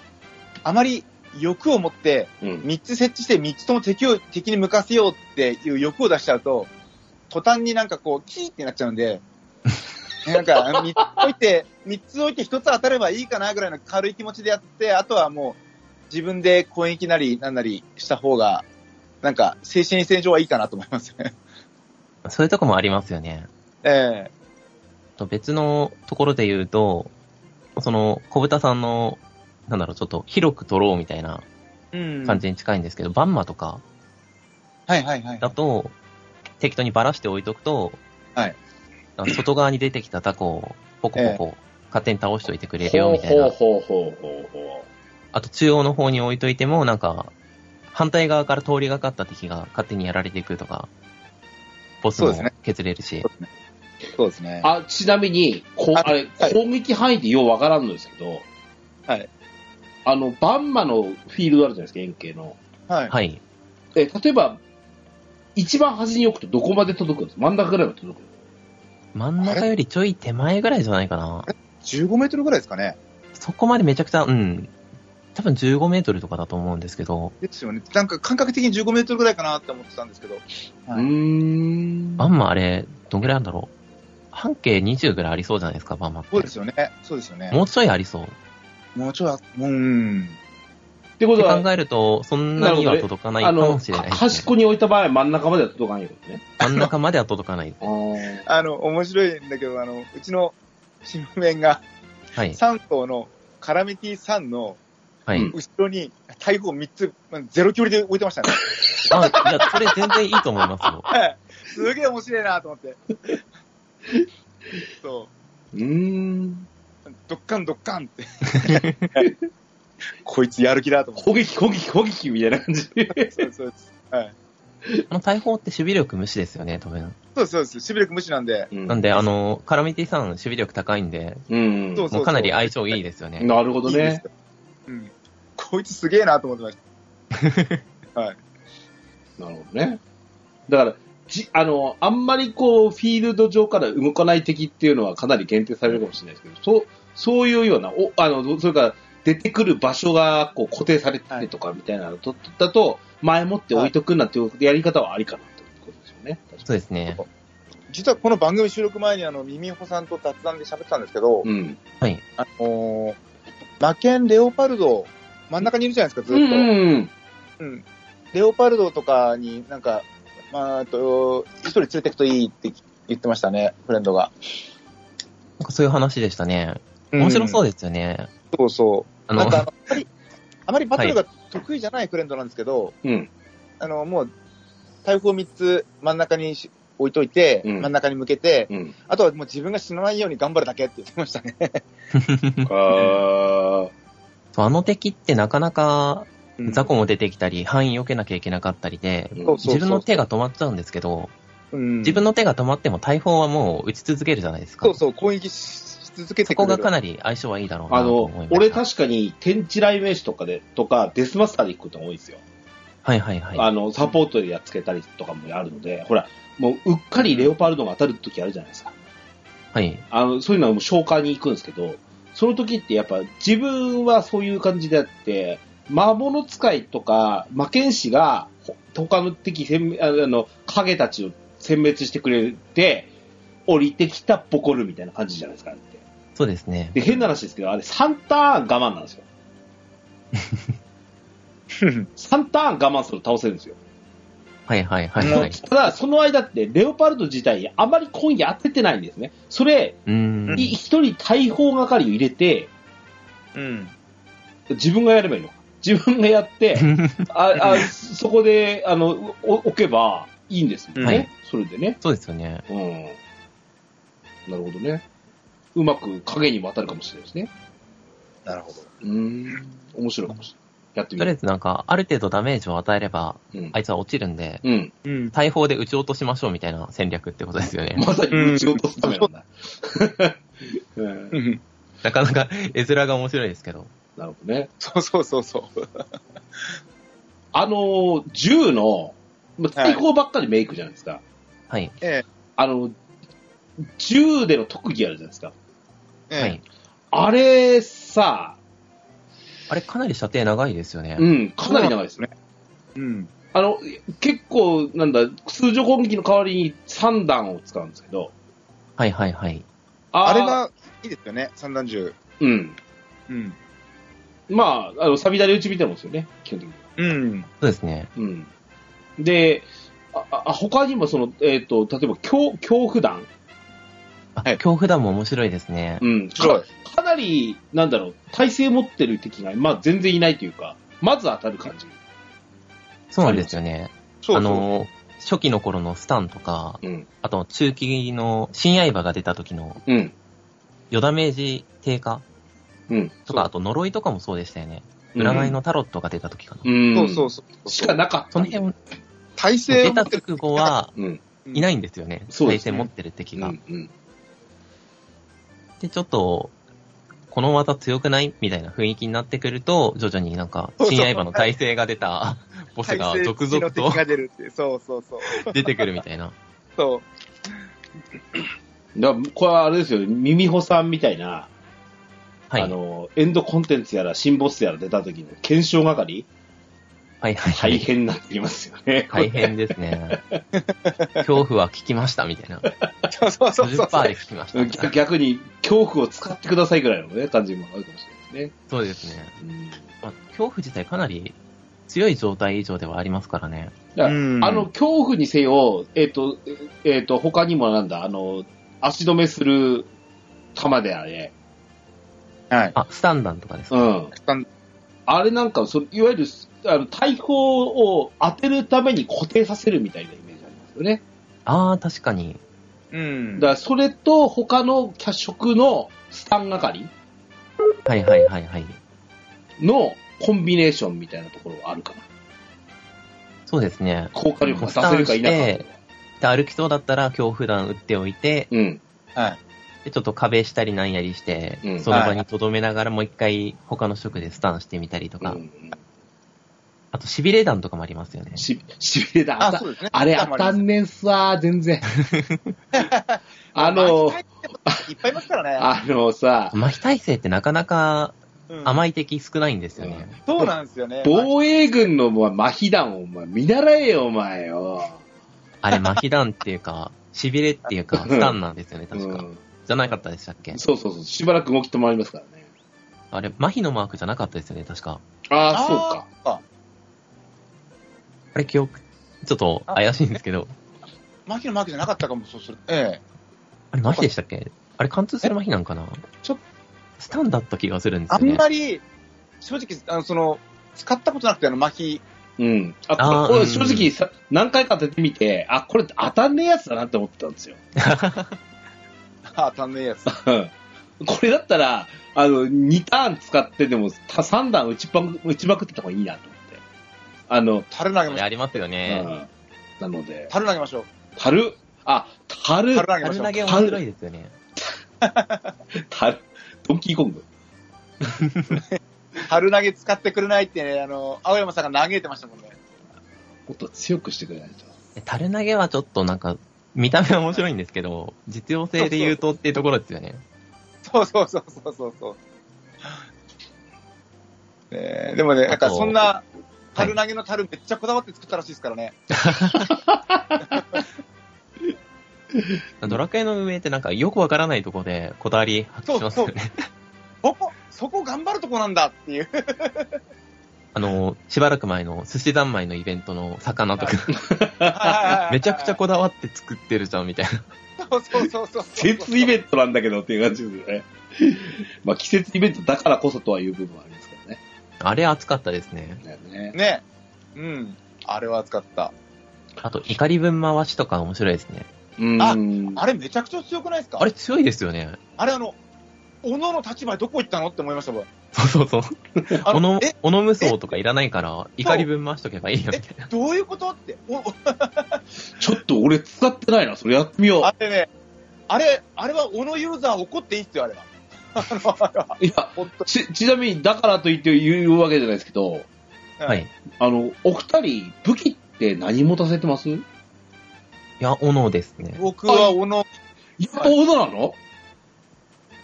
B: あまり欲を持って、
C: うん。
B: 3つ設置して3つとも敵を、敵に向かせようっていう欲を出しちゃうと、途端になんかこう、キーってなっちゃうん で、なんか3つ置いて、三つ置いて1つ当たればいいかなぐらいの軽い気持ちでやって、あとはもう自分で攻撃なりなんなりした方が、なんか精神衛生上はいいかなと思いますね。
A: そういうとこもありますよね。
B: ええ
A: と別のところで言うと、その、小豚さんの、なんだろう、ちょっと広く取ろうみたいな
B: うん
A: 感じに近いんですけど、バンマとか
B: はいはいはい。
A: だと、適当にばらして置いとくと、
B: はい
A: あの外側に出てきたタコを、ポコポコ、勝手に倒しておいてくれるよ、
C: ほう
A: みたいな。
C: ほうほうほうほ
A: あと、中央の方に置いといても、なんか、反対側から通りがかった敵が勝手にやられていくとか、ボス
B: そう
A: も
B: ですね
A: 削れるし、
B: そうですね
C: う。。あ、ちなみに、こう、
B: あ
C: あれ、
B: はい
C: 攻撃範囲でようわからんのですけど、
B: はい。
C: あの、バンマのフィールドあるじゃないですか、円形の。
B: はい。
A: はい。
C: えー例えば、一番端に置くとどこまで届くんです真ん中ぐらいまで届く
A: 真ん中よりちょい手前ぐらいじゃないかな。
B: 15メートルぐらいですかね。
A: そこまでめちゃくちゃ、うん。多分15メートルとかだと思うんですけど、
B: ですよね。なんか感覚的に15メートルぐらいかなって思ってたんですけど。
C: う
B: はい
C: ん
A: バンマあれ、どんぐらいあるんだろう。半径20ぐらいありそうじゃないですか、バンマって。
B: そうですよね。そうですよね。
A: もうちょいありそう。っ
B: もうちょいあ、うん。
C: ってこと
A: て
C: は、
A: 考えると、そんなには届かない
C: あ
A: か
C: の、
A: もしれない
C: か
A: です
C: 端っ
A: ね。
C: こに置いた場合は真ん中までは届かないよね。
A: 真ん中までは届かない。
B: あの、面白いんだけど、あの、うちの新面が
A: はい。
B: 3頭のカラメティさんの
A: はい。
C: うん
B: 後ろに台風3つ、ゼロ距離で置いてました ね。
A: あ、いや、それ全然いいと思いますよ。
B: はいすげえ面白いなと思って。そう
C: ーん。
B: う、ドッカンドッカンって。 こいつやる気だと思って。
C: 攻撃、攻撃、攻撃みたいな感じ。
B: そうですそうです。はい。
A: あの大砲って守備力無視ですよね、多分。
B: そうです、そうです。しびれく無視なんで。
C: う ん
A: なんで、あの、カラミティさん守備力高いんで、
C: うん。
B: そう
A: もうかなり相性いいですよね。
C: なるほど
B: いいです
C: ね。
B: ようん。こいつすげえなと思ってまし
C: なるほどね。だから、じ、あの、あんまりこう、フィールド上から動かない敵っていうのはかなり限定されるかもしれないですけど、そう、そういうような、お、あの、それから出てくる場所がこう固定されててとかみたいなのと、だと、前もって置いとくなんていうやり方はありかなということですよね。確か
A: そうですね。
B: た。実はこの番組収録前にあの、ミミホさんと雑談で喋ってたんですけど、
C: にうん。
B: あのー、魔剣レオパルド、真ん中にいるじゃないですか、ずっ
C: う
B: と。
C: んうん
B: うんレオパルドとかになんか、まあ、あと、一人連れてくといいって言ってましたね、フレンドが。
A: なんかそういう話でしたね。面白そう
B: で
A: ですよね。
B: す。そうそ
A: あ
B: う。な
A: の
B: ん、か、あまり、あまりバトルが得意じゃないフレンドなんですけど、
C: うん。
B: あの、もう、大砲3つ真ん中にし置いといて、
C: うん
B: 真ん中に向けて、
C: うん。
B: あとはもう自分が死なないように頑張るだけって言ってましたね。
C: あ
A: そうあの敵ってなかなか
B: うん
A: 雑魚も出てきたり、範囲避けなきゃいけなかったりで、
C: ー
B: そうそう
A: 自分の手が止まっちゃうんですけど、
B: うん
A: 自分の手が止まっても大砲はもう打ち続けるじゃないですか。
B: そうそう、攻撃しし続けて
A: そ
B: く
A: こ
B: れる。
A: がかなり相性はいいだろうな
C: あ
A: と
C: の
A: 思いま、した。
C: 俺確かに、天地雷鳴士とかで、とか、デスマスターで行くことが多いですよ。
A: はいはいはい。
C: あの、サポートでやっつけたりとかもあるので、ほら、もう、うっかりレオパルドが当たる時あるじゃないですか。
A: はい。
C: あの、そういうのはもう消化に行くんですけど、その時ってやっぱ自分はそういう感じであって、魔物使いとか魔剣士がほ他の敵殲滅ああの、影たちを殲滅してくれて、降りてきたボコるみたいな感じじゃないですか、あれって。
A: そうですね。
C: で、変な話ですけど、あれ3ターン我慢なんですよ。3ター ン我慢すると倒せるんですよ。
A: はいはいはいはい。
C: ただ、その間ってレオパルト自体あまり今夜当ててないんですね。それ、
A: うーん。
C: い一人大砲係を入れて、
B: うん。
C: 自分がやればいいのか。自分が やって、ああそこであのお置けばいいんですもんね、
A: はい
C: それでね、
A: そうですよね。
C: うん。なるほどね。うまく影にも当たるかもしれないですね。
B: なるほど。
C: うん。面白いかもしれない。やってみ
A: とりあ
C: る
A: えずなんか、ある程度ダメージを与えれば、
C: うん
A: あいつは落ちるんで、
C: うん。
B: うん。
A: 大砲で撃ち落としましょうみたいな戦略ってことですよね。
C: まさに撃ち落とすためなんだ。 うん
B: うん
A: なかなか 絵面が面白いですけど。
C: なるほどね。
B: そうそうそうそう。
C: あのー、銃の、まあ
B: はい
C: 大砲ばっかりメイクじゃないですか。
A: はい。
B: え
C: あの、銃での特技あるじゃないですか。
B: え。
A: は
B: ええ
A: い。
C: あれさ、
A: あれかなり射程長いですよね。
C: うん、かなり長いですね。
B: うん。
C: あの、結構、なんだ、通常攻撃の代わりに3段を使うんですけど、
A: はいはいはい。
C: あ
B: あ
C: ー
B: れ、がいいですよね、三段銃。
C: うん。
B: うん。
C: まあ、あの、サビダレ打ちみたいなもんですよね、基本的に。
B: うん。
A: そうですね。
C: うん。で、ああ他にもその、えっ、と、例えば、恐恐怖弾。
A: あ、
B: はい
A: 恐怖弾も面白いですね。
C: うん。
B: 白い
C: かかなり、なんだろう、体勢持ってる敵が、まあ、全然いないというか、まず当たる感じ。
A: そうなんですよね。
B: そうそう。
A: あの、初期の頃のスタンとか、
C: うん。
A: あと中期の新刃が出た時の
C: うん。
A: 余ダメージ低下
C: うん。
A: とか、あと呪いとかもそうでしたよね。
C: うん
A: 占いのタロットが出た時かな。
C: うん。
B: そうそうそう。
C: しかなかった。
A: その辺、
B: 体勢
A: 出
B: を持
A: た
B: ってる。
A: 直後は、
C: うん。
A: いないんですよね。
C: そうで
A: 体
C: す
A: 勢
C: ね
A: 持ってる敵
C: う
A: が。
C: ん。うん。
A: で、ちょっと、この技強くないみたいな雰囲気になってくると、徐々になんか、
B: そうそう
A: 新刃の体勢が出たボスが続々
B: 体勢の敵
A: と
B: が出るっていう。そうそうそう。
A: 出てくるみたいな。
B: そう。
C: だからこれはあれですよね、ミミホさんみたいな、
A: はい。
C: あ
A: はい
C: の、エンドコンテンツやら、新ボスやら出た時の検証係、
A: はいは
C: 大
A: い。
C: 変になってきますよね。
A: 大変ですね。恐怖は効きましたみたいな。
B: そうそうそうそう。
A: 50%で効きましたみたい
C: 逆
A: な。
C: 逆に、恐怖を使ってくださいぐらいのね、感じもあるかもしれないで
A: そうですね。
C: すね。
A: まあ、恐怖自体かなり強い状態以上ではありますからね。
C: だから
B: うん
C: あの、恐怖にせよ、えっ、と、えっ、と、他にもなんだ、あの、足止めする弾であれ、
B: はい。
A: あ、スタンダンとかですか。
C: うん。あれなんか、そいわゆる、あの、大砲を当てるために固定させるみたいなイメージありますよね。
A: ああ、確かに。
B: うん。
C: だからそれと他のキャ色のスタン係
A: はいはいはいはい。
C: のコンビネーションみたいなところがあるかな。
A: そうですね。
C: 効果力が出せるか否か。
A: で歩きそうだったら恐怖弾打っておいて、
C: うん。
B: はい。
A: でちょっと壁したりなんやりして、
C: うん
A: その場に留めながらもう一回他の職でスタンしてみたりと
C: う
A: か、
C: ん、
A: あと痺れ弾とかもありますよね。
C: し、しびれだ。あ
B: あ、
C: た
B: そうですね。
C: あれ当たんねんすわ、全然。あの、
B: いっぱいいますからね。
C: あのさ、
A: 麻痺耐性ってなかなか
B: うん
A: 甘い敵少ないんですよね。
B: そうなんですよね。
C: 防衛軍のまあ麻痺弾をお前見習えよ、お前よ。
A: あれ麻痺弾っていう か、痺れっていうか、スタンなんですよね、
C: う
A: 確か。
C: ん、
A: じゃなかったでしたっけ
C: そうそうそう、しばらく動き止まりますからね。
A: あれ、麻痺のマークじゃなかったですよね、確か。
C: ああ、
B: あー
C: そうか。
B: あ、
A: あれ、記憶、ちょっと怪しいんですけど、
B: マキのマークじゃなかったかも、そうする。え
A: あれ、麻痺でしたっけあれ、貫通する麻痺なんかな
B: ちょっ
A: スタンだった気がするん
B: え。
A: です
B: あ
A: よ
B: ん
A: ね。
B: まり、正直、あの、その、使ったことなくて、あの、マキ、
C: うん。
A: あ
C: あ、
A: ー
C: これ
A: うん
C: 正直さ、何回か当ててみて、あ、これ当たんねえやつだなって思ってたんですよ。
B: あ、当たんねえやつ。
C: うんこれだったら、あの、2ターン使ってでも、た3段打ちば打ちまくってた方がいいなと思って。あの、
B: 樽投げ
A: あ
B: ま
A: れ
B: しょう。
A: ありますよね。
C: うんなので、
B: 樽投げましょう。
C: 樽あ、樽
B: 樽投げ
A: 樽
B: ましょ
A: 投
B: う。
A: げ面白いですよね。
C: 樽ドンキーコング。
B: 樽投げ使ってくれないってね、あの、青山さんが嘆いてましたもんね。
C: もっと強くしてくれないと。
A: 樽投げはちょっとなんか、見た目は面白いんですけど、実用性で言うとっていうところですよね。
B: そうそうそうそうそうそう。えーでもね、なんかそんな、樽投げの樽めっちゃこだわって作ったらしいですからね。
A: ドラクエの運営ってなんかよくわからないところでこだわり発揮しますよね。
B: そこ、そこ頑張るとこなんだっていう。
A: あの、しばらく前の寿司三昧のイベントの魚とか、め
B: め
A: ちゃくちゃこだわって作ってるじゃんみたいな。
B: そうそうそうそう。
C: 節イベントなんだけどっていう感じですよね。まあ季節イベントだからこそとはいう部分はありますけどね。
A: あれ熱かったですね。
C: だよね
B: ね。うん。あれは使った。
A: あと、怒り分回しとか面白いですね。
C: うん
B: ああれめちゃくちゃ強くないですか
A: あれ強いですよね。
B: あれあの、斧の立場どこ行ったのって思いましたもん。
A: そうそうそう。
B: あ
A: おの
B: え、
A: おの無双とかいらないから、怒り分回しとけばいいよみたいな。
B: どういうことって。お
C: ちょっと俺使ってないな、それやってみよ
B: あれね、あれ、あれは斧ユーザー怒っていいっすよ、あれは。 あの、あれは。
C: う。いや、
B: 本当
C: ち、ちなみにだからといって言うわけじゃないですけど、
A: は。い。
C: あの、お二人、武器って何持たせてますやっ
A: いや、斧ですね。
B: 僕は斧、
C: ぱ斧なの、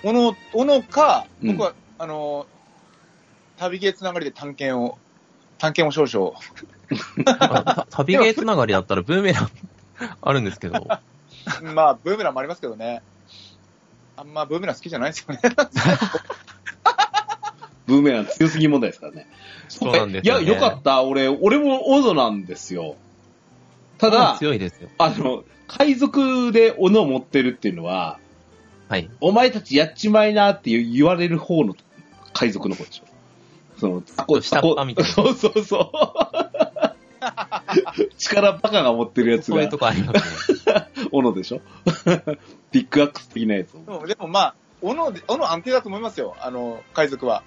B: 斧、斧か、
C: うん
B: 僕は、あの、旅芸つながりで探検を、探検を少々。
A: あた旅ゲーつながりだったらブーメラン あるんですけど。
B: まあ、ブーメランもありますけどね。あんまブーメラン好きじゃないですよね。
C: ブーメラン強すぎ問題ですからね。
A: そうなんです
C: いや、
A: よね
C: よかった。俺、俺も斧なんですよ。ただ、
A: 強いですよ。
C: あの、海賊で斧を持ってるっていうのは、
A: はい。
C: お前たちやっちまいなっていう言われる方の海賊の方でしょ。その、タコ、
A: 下
C: タ
A: っ端
C: コ
A: みたいな
C: そうそう そう。力バカが持ってるやつ
A: そういう
C: が
A: とこあります ね。
C: 斧でしょ ビッグアックス的なやつを。
B: でもでもまあ、斧で、斧安定だと思いますよ。あの、海賊は。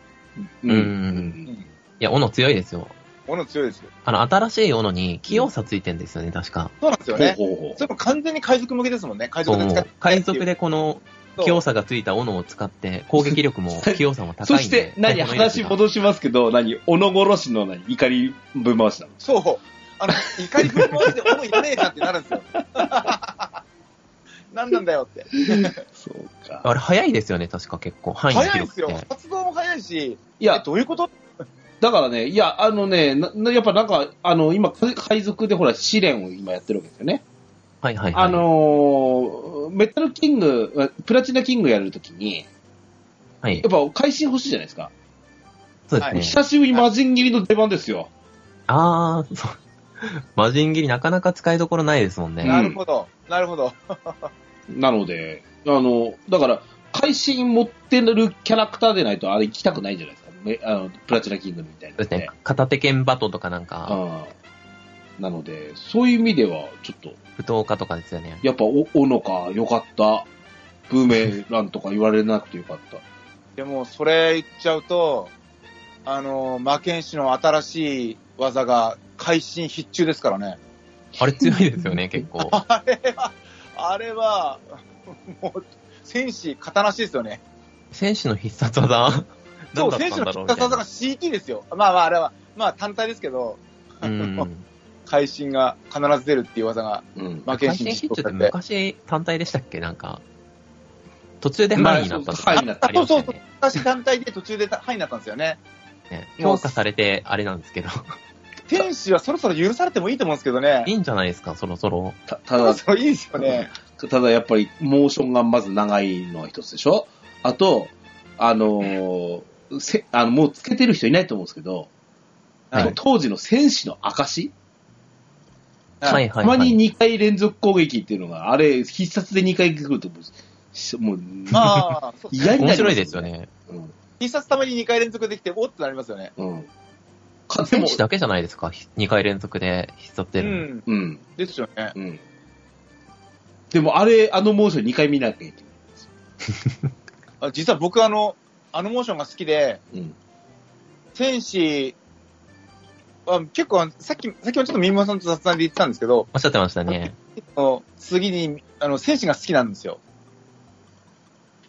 A: うん
B: うん。
A: いや、斧強いですよ。
B: 斧強いですよ。
A: あの、新しい斧に器用さついてんですよね、確か。
B: そうなんですよね。
C: ほうほうほう
B: それも完全に海賊向けですもんね。海
A: そ
B: 賊
A: う
B: で使って。
A: 海賊でこの
B: そう
A: 器用さがついた斧を使って、攻撃力も器用さも高
C: そ
A: いんで。
C: して、何、
A: 最高の威
C: 話
A: 力が
C: 戻しますけど、何、斧殺しの何、怒りぶん回しなの
B: そう。あの、怒り振り回して、おいらねえじゃんってなるん ですよ。何なんだよって。
C: そうか。
A: あれ、早いですよね、確か結構。範囲が
B: 早い
A: 広
B: で
A: く
B: す
A: て。
B: よ。活動も早いし、
C: い
B: え
C: や、
B: どういうこと
C: だからね、いや、あのね、ななやっぱなんか、あの、今、海賊でほら、試練を今やってるわけですよね。
A: はいはいはい。
C: あのーメタルキング、プラチナキングやるときに、
A: はい
C: や。っぱ会心欲しいじゃないですか。
A: そう
B: は
A: で
B: い
A: すね。
C: 久しぶりに魔人切りの出番ですよ。
A: あー、そう。魔人斬りなかなか使いどころないですもんね。
B: なるほど。なるほど。
C: なので、あの、だから、会心持ってるキャラクターでないと、あれ行きたくないじゃないですか。めあのプラチナキングみたいな
A: そう
C: のっ
A: ですね
C: て。。
A: 片手剣バトとかなんか、
C: うんなので、そういう意味では、ちょっと、
A: 不闘家とかですよね。
C: やっぱ、お、おのか、よかった。ブーメランとか言われなくてよかった。
B: でも、それ言っちゃうと、あの、魔剣士の新しい技が、会心必中ですか らね。
A: あれ強いですよ ね、結構。
B: あれは、あれは、もう、戦士、刀しいですよね。
A: 戦士の必殺 技
B: そう、
A: 何だ
B: 戦
A: った
B: 士
A: んだろうみ
B: の必殺
A: たい
B: 技
A: な
B: が CT ですよ。まあまあ、あれは、まあ単体ですけど、
A: うん。
B: 会心が必ず出るっていう技が、
C: うん。
B: 魔剣
A: 回
B: 士
A: 線
B: に
A: ヒッ
B: 必
A: チ
B: 要
A: って
B: だって。
A: 昔単体でしたっけなんか、途中で範囲になったとか
C: まあそう範囲になった
A: ありましたよね。
B: 昔単体で途中でハイになったんですよね。
A: ね強化されてあれなんですけど、
B: 天使はそろそろ許されてもいいと思うんですけどね
A: い。いんじゃないですか、そろそろ。
C: たた
B: そろ
C: だ、
B: そろいいですよね。
C: ただやっぱりモーションがまず長いのは一つでしょあと、あのーせあのもうつけてる人いないと思うんですけど、
A: はい
C: あの当時の戦士の証、
A: は
B: はいい
A: はい、
C: たまに2回連続攻撃っていうのが、あれ、必殺で2回来ると思うしもう、
B: まあ、そう
C: 嫌になります
A: 面白いですよ。ね。
C: うん。
B: 必殺たまに2回連続できて、おっとなりますよね。
C: うん。かで
A: 天
C: も、
A: 使だけじゃないですか、2回連続で必殺
B: う
A: 出る
B: ん。
C: うん。
B: ですよね。
C: うん。でも、あれ、あのモーション2回見なきゃいけ
B: あ実は僕あの、あのモーションが好きで、
C: ない。うん。
B: 天使、あ結構、さっき、さっきはちょっとミンマさんと雑談で言ってたんですけど、
A: おっしゃってましたね。
B: の次に、あの、戦士が好きなんですよ。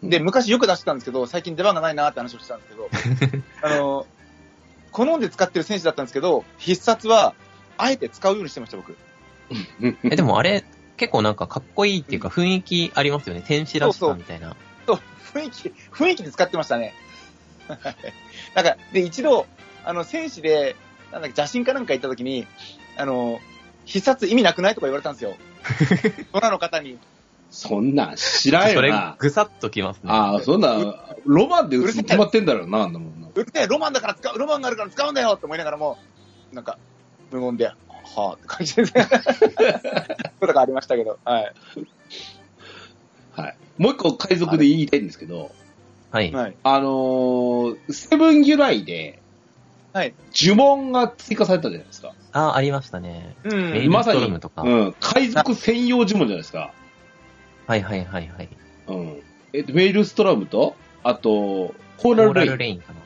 B: で、
C: う
B: 昔よく出してたんですけど、最近出番がないなって話をしてたんですけど、あの、好んで使ってる戦士だったんですけど、必殺は、あえて使うようにしてました、僕。
A: え、でもあれ、結構なんかかっこいいっていうか雰囲気ありますよね。天使らしさみたいな。
B: 雰囲気、雰囲気で使ってましたね。 なんか、で、一度、あの、戦士で、なんだっけ、邪神かなんか行った時に、あの、必殺意味なくないとか言われたんですよ。空の方に。
C: そんなん知らん
A: そ
C: よ
A: れ
C: な、。
A: ぐさっときますね。
C: ああ、そんな、ロマンで打つに決まってんだろうな、あんなもんな。
B: うるせえ、ロマンだから使う、ロマンがあるから使うんだよって思いながらも、なんか、無言で、はぁって感じですね。ことがありましたけど、はい。
C: はい。もう一個海賊で言いたいんですけど、
A: はい。
B: はい。
C: あのーセブン由来で、
B: はい。
C: 呪文が追加されたじゃないですか。
A: ああ、ありましたね。
B: う
A: メ
B: ん。
A: イル
C: ま
A: ス
C: さに
A: トルムとか。
C: うん。海賊専用呪文じゃないですか。
A: はいはいはいはい。
C: うん。えっと、メイルストラムと、あと、コー
A: オ
C: ラル
A: ーラ
C: レイン
A: ル。レインかな。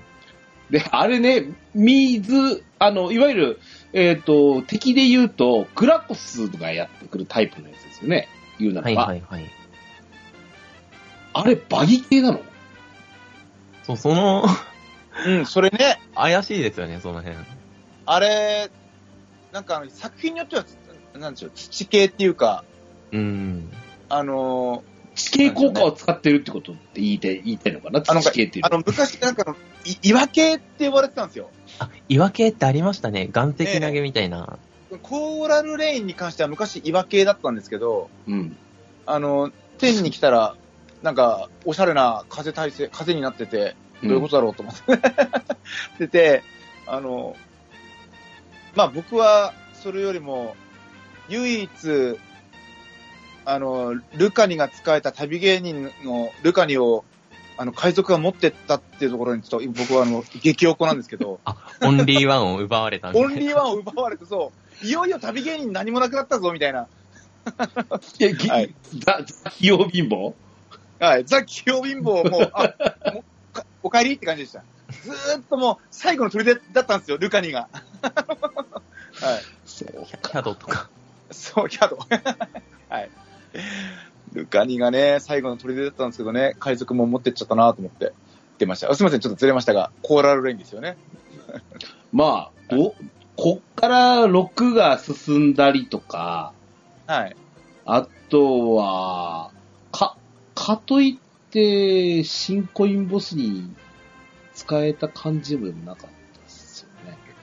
C: で、あれね、水、あの、いわゆる、えっ、と、敵で言うと、グラコスがやってくるタイプのやつですよね。言うならば。
A: はいはいはい。
C: あれ、バギ系なの
A: そう、その、
B: うん、それね、
A: 怪しいですよね、その辺。
B: あれ、なんかあの作品によっては、なんでしょう、土系っていうか、
A: うん。
B: あの
C: 地形効果を使ってるってことって言いたい、言いたいのかな
B: あの
C: 地形っていう
B: ーあ
C: のは。
B: の、昔なんかの、い岩系って呼ばれてたんですよ。
A: あ、岩系ってありましたね。岩石投げみたいな。
B: コーラルレインに関しては昔岩系だったんですけど、
C: うん。
B: あの、天に来たら、なんか、おしゃれな風体制、風になってて、どういうことだろうと思って、出て、 あの、まあ僕は、それよりも、唯一、あの、ルカニが使えた旅芸人のルカニを、あの、海賊が持ってったっていうところに、ちょっと僕はあの、激おこなんですけ ど、
A: あ、オンリーワンを奪われたんで。
B: オンリーワンを奪われてそう、いよいよ旅芸人何もなくなったぞ、みたいな。
C: え、ぎ
B: はい
C: ざ雑用貧乏
B: はい、ザ・器用貧乏もう、あ、もうかお帰りって感じでした。ずーっともう、最後の砦だったんですよ、ルカニが。 はい。
C: そう
A: キャキャドとか。
B: そう、キャド。 はい。ルカニがね、最後の砦だったんですけどね、海賊も持ってっちゃったなと思って、出ました。あすみません、ちょっとずれましたが、コーラルレインですよね。
C: まあ、ど、こっから6が進んだりとか、
B: はい。
C: あとは、か、かといって、新コインボスに使えた感じもなかったです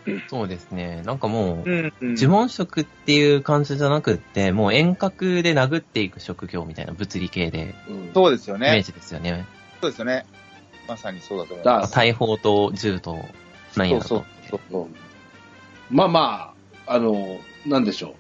C: よね。
A: そうですね。なんかもう、
B: ん、うん
A: 呪文職っていう感じじゃなくって、もう遠隔で殴っていく職業みたいな物理系で、
C: うん。
B: そうですよ
A: イメー
B: ね。
A: ジですよね。
B: そうですよね。まさにそうだと思い
C: だ
B: ま
A: まあ大砲と銃と、なん
B: す。そ
A: や
B: う
A: ら
B: そ
A: と
B: う。そう。
C: うんまあまあ、あの、なんでしょう。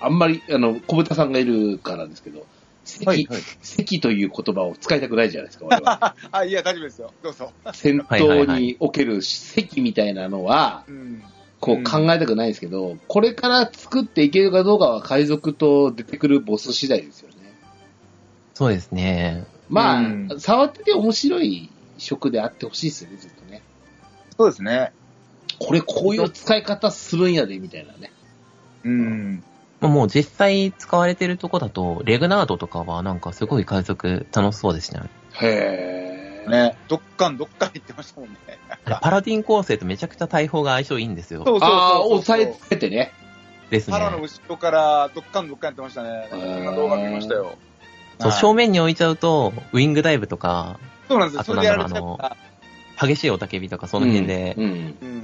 C: あんまり、あの、小豚さんがいるからですけど、席、
B: はい、はい。
C: 席という言葉を使いたくないじゃないですか、我 々
B: あ、いや、大丈夫ですよ。どうぞ。
C: 戦
A: はい
C: 闘
A: は
C: に
A: い
C: おける席みたいなのは、
B: うん。
C: こ
B: う
C: うん考えたくないですけど、これから作っていけるかどうかは海賊と出てくるボス次第ですよね。
A: そうですね。
C: まあ、
B: うん
C: 触ってて面白い職であってほしいですよね、ずっとね。
B: そうですね。
C: これこういう使い方するんやで、みたいなね。
B: うん。
A: まあもう実際使われてるとこだと、レグナードとかはなんかすごい海賊楽しそうでしたね。
C: へえ。
B: ね、どっかんどっかん言ってましたもんね。
A: あれパラディン構成とめちゃくちゃ大砲が相性いいんですよ。
B: そうそうそうそう
C: ああ、押さえつけてね。
A: ですね
B: 腹。の後ろからどっかんどっかんやってましたね。
C: へ
B: そ
C: ー
B: んな動画見ましたよ。
A: そう、
B: はい
A: 正面に置いちゃうと、ウィングダイブとか、
B: そうなんですよ。
A: あ
B: そ
A: と
B: れ
A: なん
B: でや
A: だ
B: ら
A: ろう
B: れちゃった。
A: 激しい雄たけびとかその辺で
C: うん。うん
B: うん。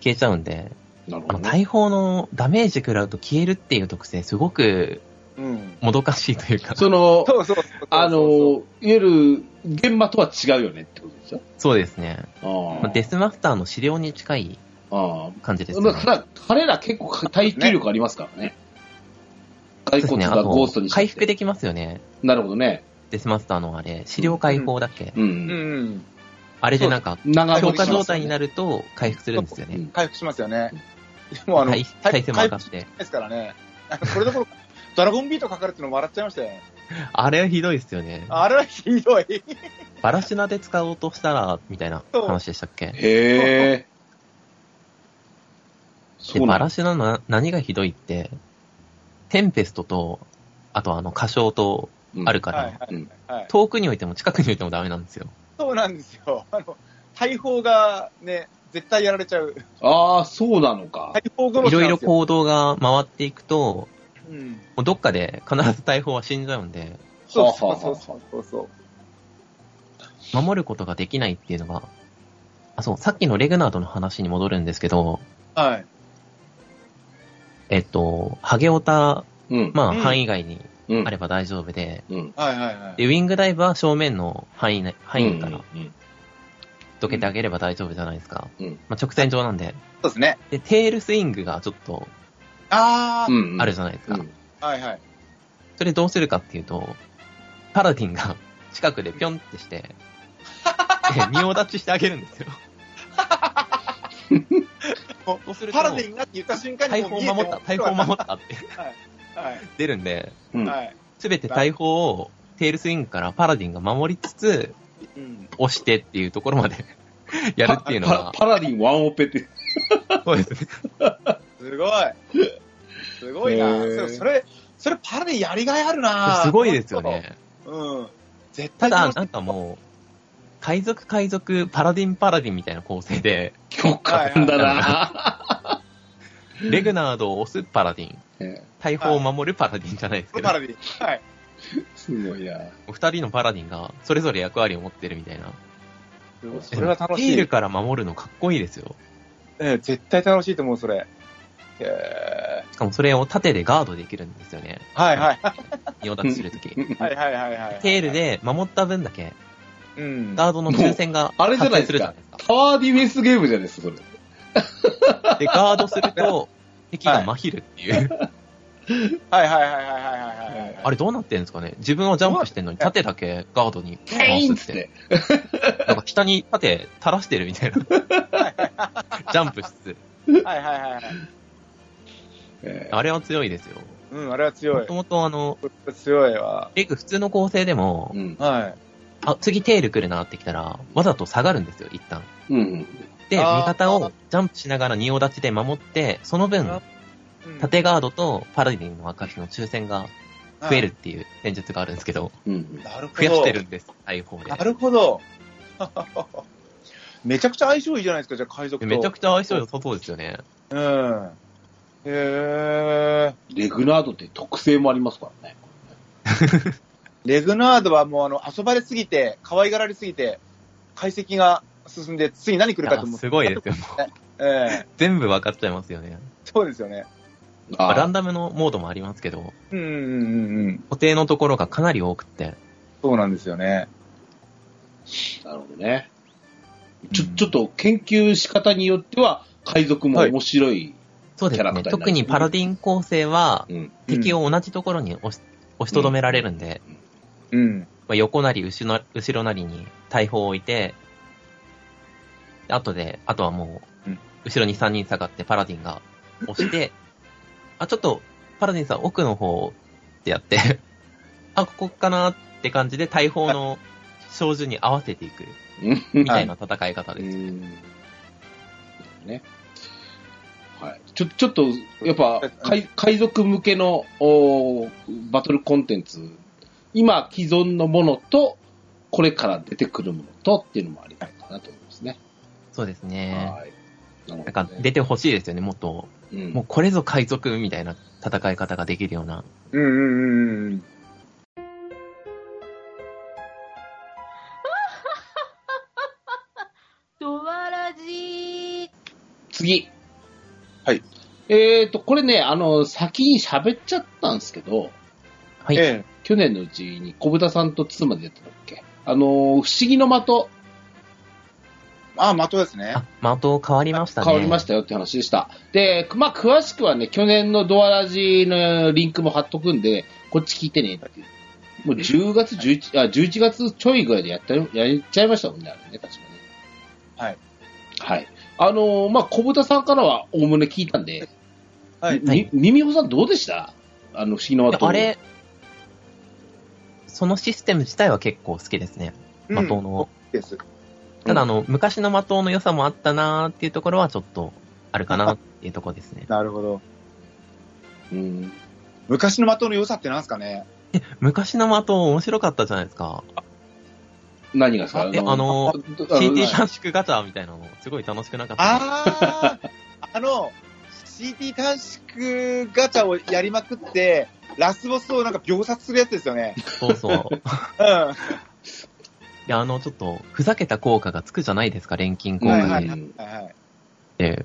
A: 消えちゃうんで、
C: なるほ
A: あの
C: どね。
A: 大砲のダメージ食らうと消えるっていう特性、すごく
B: うん。
A: もどかしいというか、
C: その、
B: そうそうそう。
C: あの、
B: そう
C: いわゆる、現場とは違うよねってことですよ。
A: そうですね。
C: あ
A: まあデスマスターの資料に近い
C: あ。ああ。
A: 感じですね
C: だ。から、彼ら結構耐久力ありますから
A: そ
C: ね。
A: う
C: 骸
A: ですね。
C: 骨
A: あ
C: がゴ
A: と
C: ーストに、
A: 回復
C: で。
A: できますよね。
C: なるほどね。
A: デスマスターのあれ、資料解放だっけ、
C: う。
B: そううんん。
A: あれでなんか、
C: 長
A: 強
C: 持ちしま
A: 化
C: すよね
A: 状態になると回復するんですよ
C: う
A: ね。
C: ん
B: 回復しますよね。もうあの、
A: 体体勢も上がっ。
B: 回復してないですからね。 これどころか、ドラゴンビートかかるっていうのも笑っちゃいましたよね。
A: あれはひどいですよね。
B: あれはひどい。
A: バラシナで使おうとしたら、みたいな話でしたっけ
C: へえ。
A: で、
C: そう
A: バ
C: なん
A: ラシナの何がひどいって、テンペストと、あとあの、歌唱と
C: うん
A: あるから、
B: はいはいはい。
A: 遠くに置いても近くに置いてもダメなんですよ。
B: そうなんですよ。あの、大砲がね、絶対やられちゃう。
C: ああ、そうなのか。
B: 大砲殺
A: い
B: し
A: ろ
B: ないん
A: ろ
B: ですよ。
A: 行動が回っていくと、
B: うん。
A: もうどっかで必ず大砲は死んじゃうんで、
B: そう
C: は
B: そ
C: あ
B: うそ
C: は
B: うそうそうそう。
A: 守ることができないっていうのが、あ、そう、さっきのレグナードの話に戻るんですけど、
B: はい。
A: えっと、ハゲオタ、
C: うん。
A: まあ、
B: うん
A: 範囲外に
C: うん
A: あれば大丈夫で、
C: うん。
B: はいはいは
A: で、
B: い。
A: ウィングダイブは正面の範囲内、範囲か
C: う
A: ら
C: んうん
A: どけてあげれば大丈夫じゃないですか。
C: うん
A: まあ、直線上なんで。
B: そうですね。
A: で、テールスイングがちょっと
B: あ
C: うんうん。
A: あるじゃないですか。
C: うん
B: あ、はいはい。
A: それどうするかっていうと、パラディンが 近くでピョンってして、 え仁王立ちしてあげるんですよ。そうすると、
B: パラディンがって言った瞬間
A: 大
B: にも
A: 砲
B: う見えて
A: 守った、大砲守ったって
B: た。はい。
A: 出るんで、
C: うん
B: はい。
A: すべて大砲をテールスイングからパラディンが守りつつ、
B: うん。
A: 押してっていうところまで やるっていうの
C: パ
A: が
C: パ、パラディンワンオペって。
A: そうですね。
B: すごい。すごいな。
C: へー
B: そうそれ、それパラディンやりがいあるな。
A: すごいですよ。ね。
B: うん。絶
A: た
B: 対
A: だ、
B: 楽しい
A: なんかもう、海賊海賊、パラディンパラディンみたいな構成で、
C: 極端だな。
A: レグナードを押すパラディン、
C: え
A: 大砲を守るパラディンじゃないですけど
B: パ、ラディン。はい。
C: えすごいな。
A: 二人のパラディンがそれぞれ役割を持ってるみたいな。
B: それは楽し
A: テ
B: い。
A: ールから守るのかっこいいですよ。
B: ええ絶対楽しいと思う、それ。え
A: しかもそれを盾でガードできるんですよね。
B: ー、はいはい。
A: 仁王立ちするとき。
B: はいはいはいはい。
A: テール、で守った分だけ、
B: うん。
A: ガードの抽選が
C: あれじゃないですか
A: 発生
C: タワーディフェンスゲームじゃないですか、それ。
A: するじゃないですか。で、ガードする と、敵が真昼っていう。
B: はいはいはいはいはいはいはい。
A: あれどうなってんですかね自分はジャンプしてんのに盾だけガードに
C: ケイ
A: 回
C: ンっ
A: す
C: つ
A: っ。
C: ってて。
A: なんか下に盾垂らしてるみたい な。ジャンプしつつ。
B: はいはいはいはい。
C: ええ
A: あれは強いですよ。
B: うん、あれは強
A: も
B: い
A: と。もとあの、
B: 強いわ。
A: レグ普通の構成でも
C: う、ん。
B: はい。
A: あ、次テール来るなってきたら、わざと下がるんですよ、一旦。
C: うん。
A: で、
B: あー
A: 味方をジャンプしながら仁王立ちで守って、その分、
B: うん
A: 縦ガードとパラディンの証の抽選が増えるっ。ていう戦術があるんですけど、
C: うん。
B: はいなるほ
A: 増
B: ど。
A: やしてるんです、大砲
B: な
A: で。
B: るほど。 めちゃくちゃ相性いいじゃないですか、じゃあ海賊と。
A: めちゃくちゃ相性良さそうですよね。
B: うん。へー。
C: レグナードって特性もありますからね。
B: レグナードはもうあの、遊ばれすぎて、可愛がられすぎて、解析が進んで、次何来るか
A: いや
B: と思って。
A: すごいですよ。もう
B: ええ
A: 全部分かっちゃいますよね。
B: そうですよね。
A: まあラ
C: あ
A: ンダムのモードもありますけど、
B: うんうんうんうん。
A: 固定のところがかなり多くて、
B: そうなんですよね。
C: あ、なるほどね。ちょ、ちょっと研究仕方によっては、海賊も面白い。
A: そうです
C: キャラ
A: ね。
C: クターになる
A: 特にパラディン構成は、
C: うん。
A: 敵を同じところに押し押しとどめられるんで、
B: うん。
A: まあ、横なり後ろな後ろなりに大砲を置いて、あとで、あとはもう
B: うん、
A: 後ろに3人下がってパラディンが押して、あ、ちょっと、パラディンさん奥の方ってやって、 あ、ここかなって感じで大砲の照準に合わせていく、みたいな戦い方
C: う
A: です。
C: ん。ね。はい。ちょ、ちょっと、やっぱ、海海賊向けのおーバトルコンテンツ、今既存のものと、これから出てくるものとっていうのもありたいかなと思いますね。
A: そうですね。
C: はい。
A: な
C: なる
A: ん
C: ほ
A: か
C: どね
A: 出てほしいですよね、もっと。
C: うん
A: もうこれぞ海賊みたいな戦い方ができるような。
B: うんうんうんうん。
E: ドワラジー
C: 次。
B: はい。
C: えっ、と、これね、あの、先に喋っちゃったんですけど、
A: はい。
B: え
C: 去年のうちに小豚さんと2までやってたっけあの、不思議の的
B: え。あ、的ですね。
A: あ、的変わりましたね。
C: 変わりましたよって話でした。で、まあ、詳しくはね、去年のドアラジのリンクも貼っとくんで、こっち聞いてねっていう。もう10月11、あ、11月ちょいぐらいでやったよやっちゃいましたもんね、あれね、確かね。
B: はい。
C: はい。あのーまあ、小豚さんからはおおむね聞いたんで、
B: はい
C: み耳穂さんどうでしたあの、不思議の
A: いや
C: 後。
A: あれ、そのシステム自体は結構好きですね。
B: うん
A: 的の。
B: です。
A: ただ、あの、昔の的の良さもあったなーっていうところはちょっとあるかなっていうところですね。
B: なるほど。
C: うん。
B: 昔の的の良さってなんですかね
A: 昔の的面白かったじゃないですか。
C: 何がさ、
A: え、あの、
C: あ
A: CT 短縮ガチャみたいなの、すごい楽しくなかった。
B: あー、あの、CT 短縮ガチャをやりまくって、ラスボスをなんか秒殺するやつですよね。
A: そうそう。
B: うん。
A: で、あの、ちょっと、ふざけた効果がつくじゃないですか、錬金効
C: は
A: 果
C: い
A: で。
C: はい
B: はい。
A: え、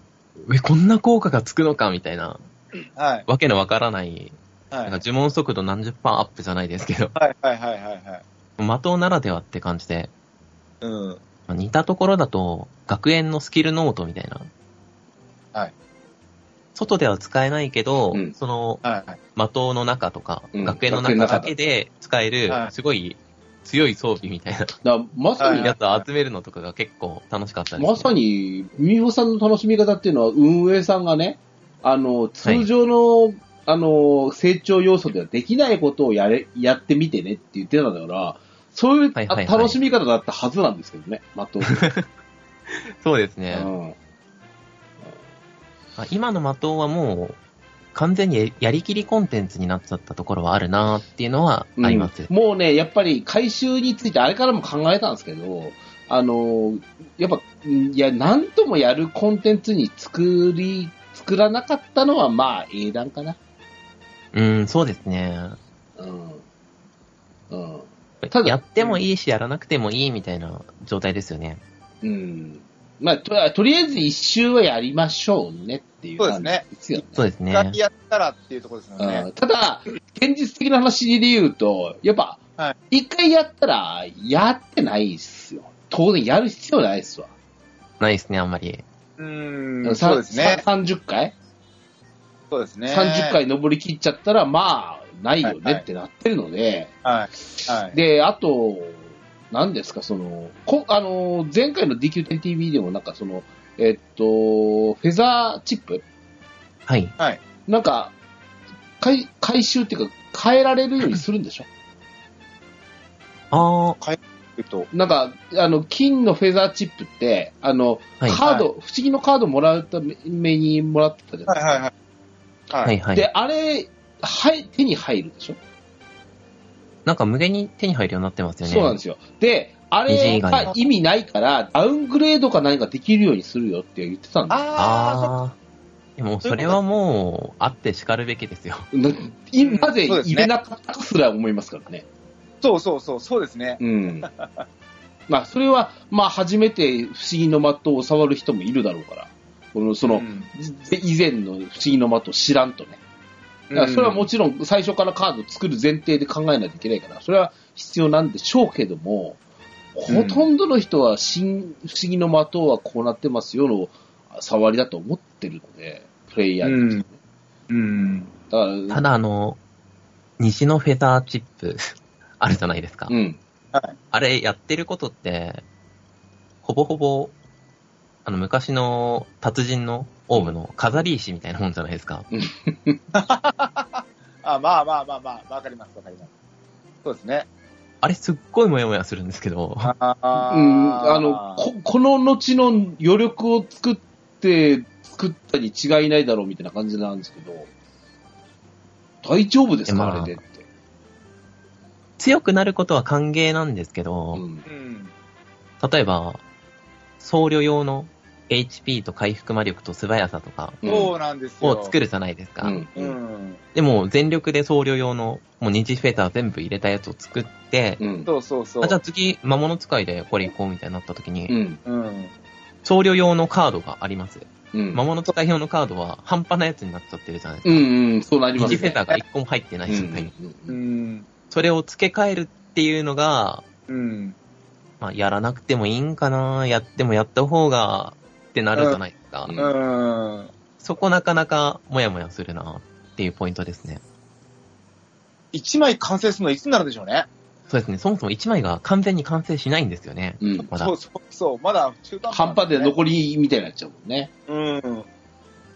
A: こんな効果がつくのかみたいな、
B: はい。
A: わけのわからない、
B: は
A: なん
B: い。は
A: か
B: い。
A: 呪文速度何十パーアップじゃないですけど、
B: はい。はい。はい。はい。
A: 的ならではって感じで、
B: うん。
A: まあ似たところだと、学園のスキルノートみたいな。
B: はい。
A: 外では使えないけど、
C: うん
A: その、
B: はい。
A: 的の中とか、
C: うん
A: 学園の中だけで使える
B: は、い
A: すごい強い装備みたいな
C: だまさに、
B: はい
A: やつを集めるのとかが結構楽しかったです、ね。
C: まさに、美穂さんの楽しみ方っていうのは、運営さんがね、あの、通常の、あの、成長要素ではできないことをやれ、やってみてねって言ってたんだから、そういう、
A: はいはいはい
C: あ楽しみ方だったはずなんですけどね、まっとうに
A: そうです
C: う
A: ね。
C: ん。
A: あ今の的はもう、完全にやりきりコンテンツになっちゃったところはあるなーっていうのは あります。
C: うんもうね、やっぱり回収についてあれからも考えたんですけど、あの、やっぱ、うんいや、なんともやるコンテンツに作り、作らなかったのは、まあ、英断かな。
A: うん、そうですね。
C: うん。うん。ただ
A: やってもいいし、やらなくてもいいみたいな状態ですよね。
C: うん。まあ、ととりあえず一周はやりましょうねっていう感じですよね。
A: そうです
B: 一
A: ね。
B: 回やったらっていうところですよ
C: う
B: ね
C: ん。ただ、現実的な話で言うと、やっぱ
B: は、
C: 一、回やったら、やってないっすよ。当然やる必要ないっすわ。
A: ないですね、あんまり。
B: うーん。そうですね。
C: さ30回、
B: そうですね。
C: ?30。回登り切っちゃったら、まあ、ないよ
B: はい
C: ね
B: はい
C: ってなってるので、
B: はい。はい。
C: で、あと、何ですか、その、こあの、前回の DQ10TV でもなんかその、えっと、フェザーチップ
A: はい。
C: なんか、回、回収っていうか、変えられるようにするんでしょ
A: あー、
B: えっと、
C: なんか、あの、金のフェザーチップって、あの、
A: はい。
C: カード、不思議のカードもらうためにもらってたじゃない
B: はい
C: です
B: はい
A: は
B: はい。はいい。
A: はい。
C: で、あれ、はい、手に入るでしょ、
A: なんか無限に手に入るようになってますよね。
C: そうなんですよ。で、あれ
A: 二次以外
C: が
A: は
C: 意味ないから、ダウングレードか何かできるようにするよって言ってたんだ
B: あ
A: あー。でも、それはもう、あって叱るべきですよ。
C: ないうなんぜ
B: そうですね
C: 入れなかったかすら思いますからね。
B: あ、そうそうそう、そうですね。
C: うん。まあ、それは、まあ、初めて不思議の的を触る人もいるだろうから、この、その、
B: うん
C: 以前の不思議の的を知らんとね。だからそれはもちろん最初からカード作る前提で考えないといけないから、それは必要なんでしょうけども、
B: う
C: ほ
B: ん
C: とんどの人は新不思議の的はこうなってますよの触りだと思ってるので、プレイヤーに。
B: うん。
C: だから、
A: ただ、あの、西のフェターチップ、 あるじゃないですか。
C: うん。
A: あれやってることって、ほぼほぼ、あの、昔の達人のオウムの飾り石みたいなもんじゃないですか。
B: あ、まあまあまあまあ、わかりますわかります。そうですね。
A: あれすっごいモヤモヤするんですけど、
B: あ
C: うん、あの
B: こ
C: こ、この後の余力を作って、作ったに違いないだろうみたいな感じなんですけど、大丈夫ですか、
A: まあ
C: あれでって。
A: 強くなることは歓迎なんですけど、
C: うん
B: うん。
A: 例えば、僧侶用の HP と回復魔力と素早さとか
B: そうなんですよ。
A: を作るじゃないですか。
C: うん
B: う
C: うん
B: ん。
A: でも、全力で僧侶用の、もう二次フェター全部入れたやつを作って、
C: うん
B: そうそうそう。
A: あじゃあ次、魔物使いでこれ行こうみたいになった時に、
C: うん
B: うん。
A: 僧侶用のカードがあります。
C: うん
A: 魔物使い用のカードは半端なやつになっちゃってるじゃないです
C: う
A: か。
C: んうん、そうなり
A: ニ
C: ます
A: ジ
C: ね。
A: フェターが一個も入ってない状態に。
B: う
C: うん
B: ん。
A: それを付け替えるっていうのが、
B: うん。
A: まあ、やらなくてもいいんかなやってもやった方が、ってなるじゃないですか。
C: うん
B: うん。
A: そこなかなか、もやもやするなっていうポイントですね。
B: 一枚完成するのいつになるんでしょうね。
A: そうですね。そもそも1枚が完全に完成しないんですよね。
C: うん
A: まだ
B: そう。そうそう。まだ中途
C: 半端で残りみたいになっちゃうもんね。
B: うん。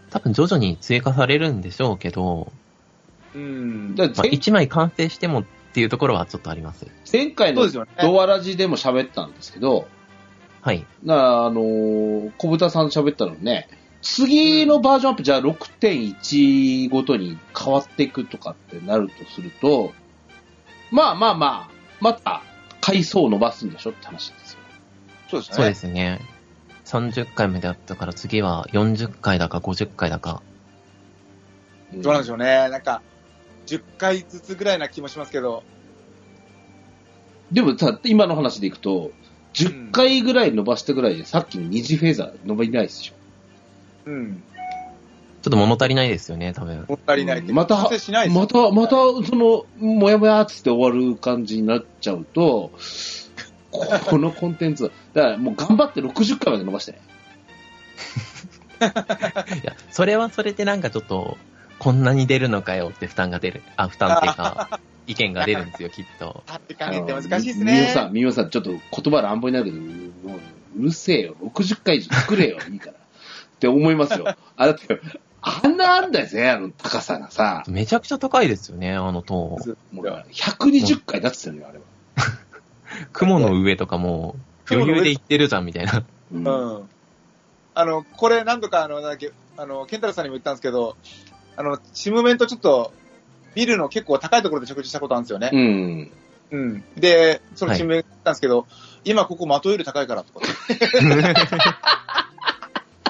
A: 多分徐々に追加されるんでしょうけど、
B: うん。
C: だから
A: まあ、
C: 前
A: 1枚完成してもっていうところはちょっとあります。
C: 前回
B: そう
C: の
B: ですよね。
C: ドアラジでも喋ったんですけど、
A: はい。
C: なあのー、小豚さんと喋ったのね、次のバージョンアップ、じゃあ6.1ごとに変わっていくとかってなるとすると、まあまあまあ、また回数を伸ばすんでしょって話ですよ。
B: そうですね。
A: そうですね。30回目であったから次は40回だか50回だか。
B: どうなんでしょうね。なんか、10回ずつぐらいな気もしますけど、
C: でもさ、今の話でいくと、10回ぐらい伸ばしたぐらいで、さっきの二次フェーザー伸びないでしょ。
B: うん。
A: ちょっと物足りないですよね、多分。
B: 物足りないって。
C: また
B: 達成しないです
C: また、また、その、もやもやっつって終わる感じになっちゃうと、ここのコンテンツ、だからもう頑張って60回まで伸ばしてね。
A: いや、それはそれでなんかちょっと、こんなに出るのかよって負担が出る。あ、負担っていうか、意見が出るんですよ、きっと。
B: 立ってかねって難しいです
C: みみおさ
B: ね。
C: ん、みおさん、ちょっと言葉乱暴になるけど、もううるせえよ、60回以上作 れよ、いいから。って思いますよ。あ、だって、あんなあんだよね、あの高さがさ。
A: めちゃくちゃ高いですよね、あの塔。
C: もう120回だって言ってたのよ、あれは。
A: 雲の上とかもう、余裕で行ってるじゃん、みたいな。
C: うん
B: うん。あの、これ何度か、あの、なんだっけ、あの、ケンタロウさんにも言ったんですけど、あの、チームメンとちょっと、ビルの結構高いところで食事したことあるんですよね。
C: うん。
B: うん。で、そのチームメント言ったんですけど、今ここ的より高いからとかっ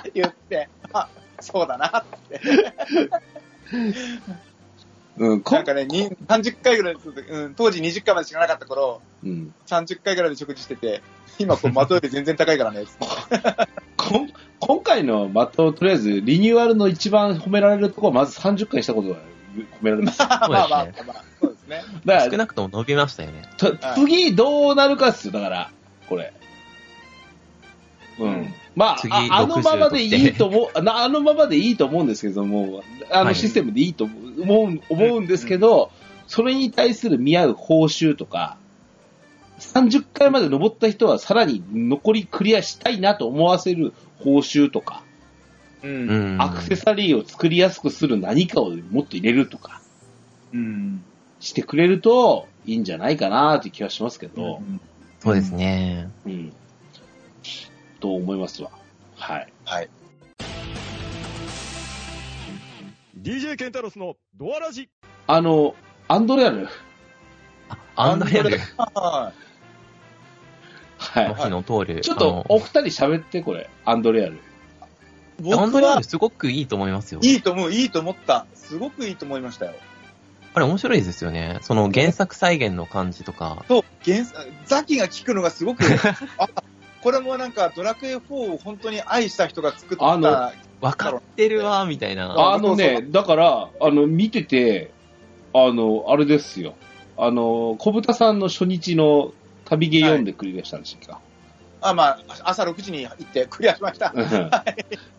B: て言って、あ、そうだな。
C: うん、こ
B: なんかね、に30回ぐらい、うん、当時20回まで知らなかった頃、
C: うん、
B: 30回ぐらいで食事してて、今こう、的より全然高いからね。
C: こん今回のマットをとりあえずリニューアルの一番褒められるところはまず30回したことが褒められ ます。だ
B: ま
C: か
B: あまあ
A: そ
B: まあ
A: うで
B: まあ、そうですね。
C: ら
A: 少なくとも伸びましたよね。
C: と次どうなるかっすよ、だから、これ。う
B: うんん。
C: まあ、
A: 次
C: ああのままでい
A: 60
C: いと思う、あのあのままでいいと思うんですけども、あ
A: は
C: の
A: い
C: システムでいいと思う、思う思うんですけど、それに対する見合う報酬とか、30回まで登った人はさらに残りクリアしたいなと思わせる報酬とか、
B: う。
A: うんん。
C: アクセサリーを作りやすくする何かをもっと入れるとか
B: うん。
C: してくれるといいんじゃないかなという気はしますけど、
A: そうですね。
C: うん。と思いますわ。はい。
B: はい。
D: DJ ケンタロスのドアラジ
C: あの、アンドレアル。
A: あアンドレアル、
B: は
C: は
A: マヒの通る。
C: い。ちょっ
A: あ
C: と
A: の、
C: お二人喋って、これ。アンドレアル。
B: い。僕
A: アンドレア
B: は
A: ル、すごくいいと思いますよ。
B: いいと思う、いいと思った。すごくいいと思いましたよ。
A: あれ面白いですよね。その原作再現の感じとか。
B: そう、原作ザキが聞くのがす ごく、あこれもなんか、ドラクエ4を本当に愛した人が作った、
C: あの
A: わかってるわ、みたいな。
C: あの
B: そうそ
C: ね、だから、あの、見てて、あの、あれですよ。あの、小豚さんの初日の旅ゲー読んでクリアしたんですか。
B: あ、まあ、朝6時に行ってクリアし ました。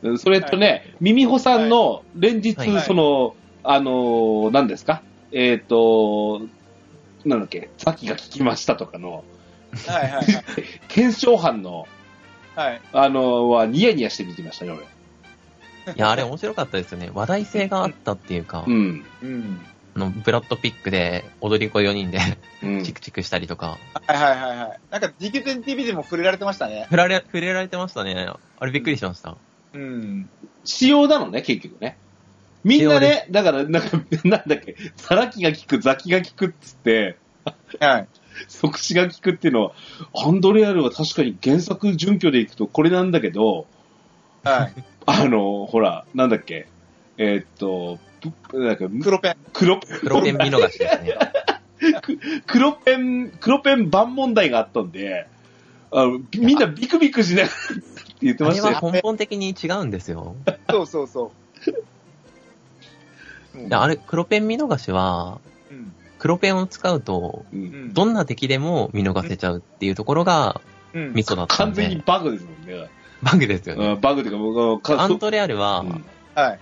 C: うん それとね、ミミホさんの連日
A: はい、
C: その、あの、何ですかえっと、なんだっけ、さっきが聞きましたとかの、
B: はいはいはい。
C: 検証班の、
B: はい、
C: あの、はニヤニヤして見てましたね、俺。
A: いや、あれ面白かったですよね。話題性があったっていうか、
C: うん。
B: うん。
A: あのブラッドピックで踊り子4人で
C: うん
A: チクチクしたりとか、
B: はいはいはいはい。なんか、DQ10TV でも触れられてましたね。
A: 触られ、触れられてましたね。あれびっくりしました。
B: うん。
C: 仕様なのね、結局ね。みんなね、だから、なんか、 なんだっけ、ザラキが効く、ザキが効くっつって、
B: はい。
C: 即死が効くっていうのは、アンドレアルは確かに原作準拠でいくとこれなんだけど、
B: はい。
C: あの、ほら、なんだっけ、えーっと、ぷなんか
B: 黒ペン。
C: 黒、
A: 黒ペン見逃しですね。
C: 黒ペン、黒ペン版問題があったんで、あのみんなビクビクしながらって言って
A: あ
C: ま
A: れ
C: した
A: は
C: よ。
A: 根本的に違うんですよ。
B: そうそうそう。うん
A: であれ、黒ペン見逃しは、
B: うん。
A: 黒ペンを使うと、
C: う
B: うんん
A: どんな敵でも見逃せちゃうっていうところが
B: うん
A: ミソだったん
C: 完全に
A: で、
C: バグですもんね。
A: バグですよね。
C: うんバグというか、僕は、
A: アントレアルは
C: う、ん
B: はい。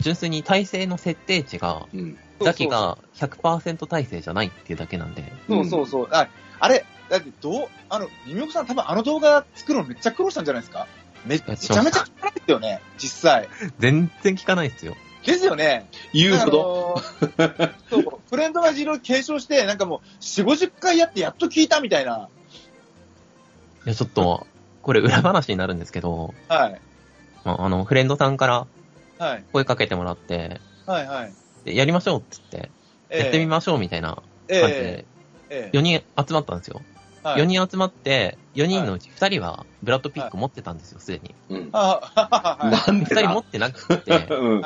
A: 純粋に体制の設定値が、
C: うん
A: ザキが100%体制じゃないっていうだけなんで、
B: そうそうそう。ああれ、だってどう、あの、リミオコさん多分あの動画作るのめっちゃ苦労したんじゃないですかめめちゃめちゃ聞かないですよね、実際。
A: 全然効かないですよ。
B: ですよね。
C: 言うほど。
B: だから あのーそう、フレンドがいろいろ継承して、なんかもう、4、50回やってやっと聞いたみたいな。
A: いや、ちょっと、これ裏話になるんですけど、
B: はい。
A: まあ、あの、フレンドさんから
B: はい。
A: 声かけてもらって、
B: はいはい。
A: でやりましょうって言って、やってみましょうみたいな
B: え
A: 感じ
B: え
A: で、
B: ええ
A: 4人集まったんですよ。
B: はい
A: 4人集まって、4人のうち2人はブラッドピック持ってたんですよ、すでに。
C: うん。
B: あ ははは
C: なんで
A: 2人持
C: だ、
A: ってなくて
C: うん。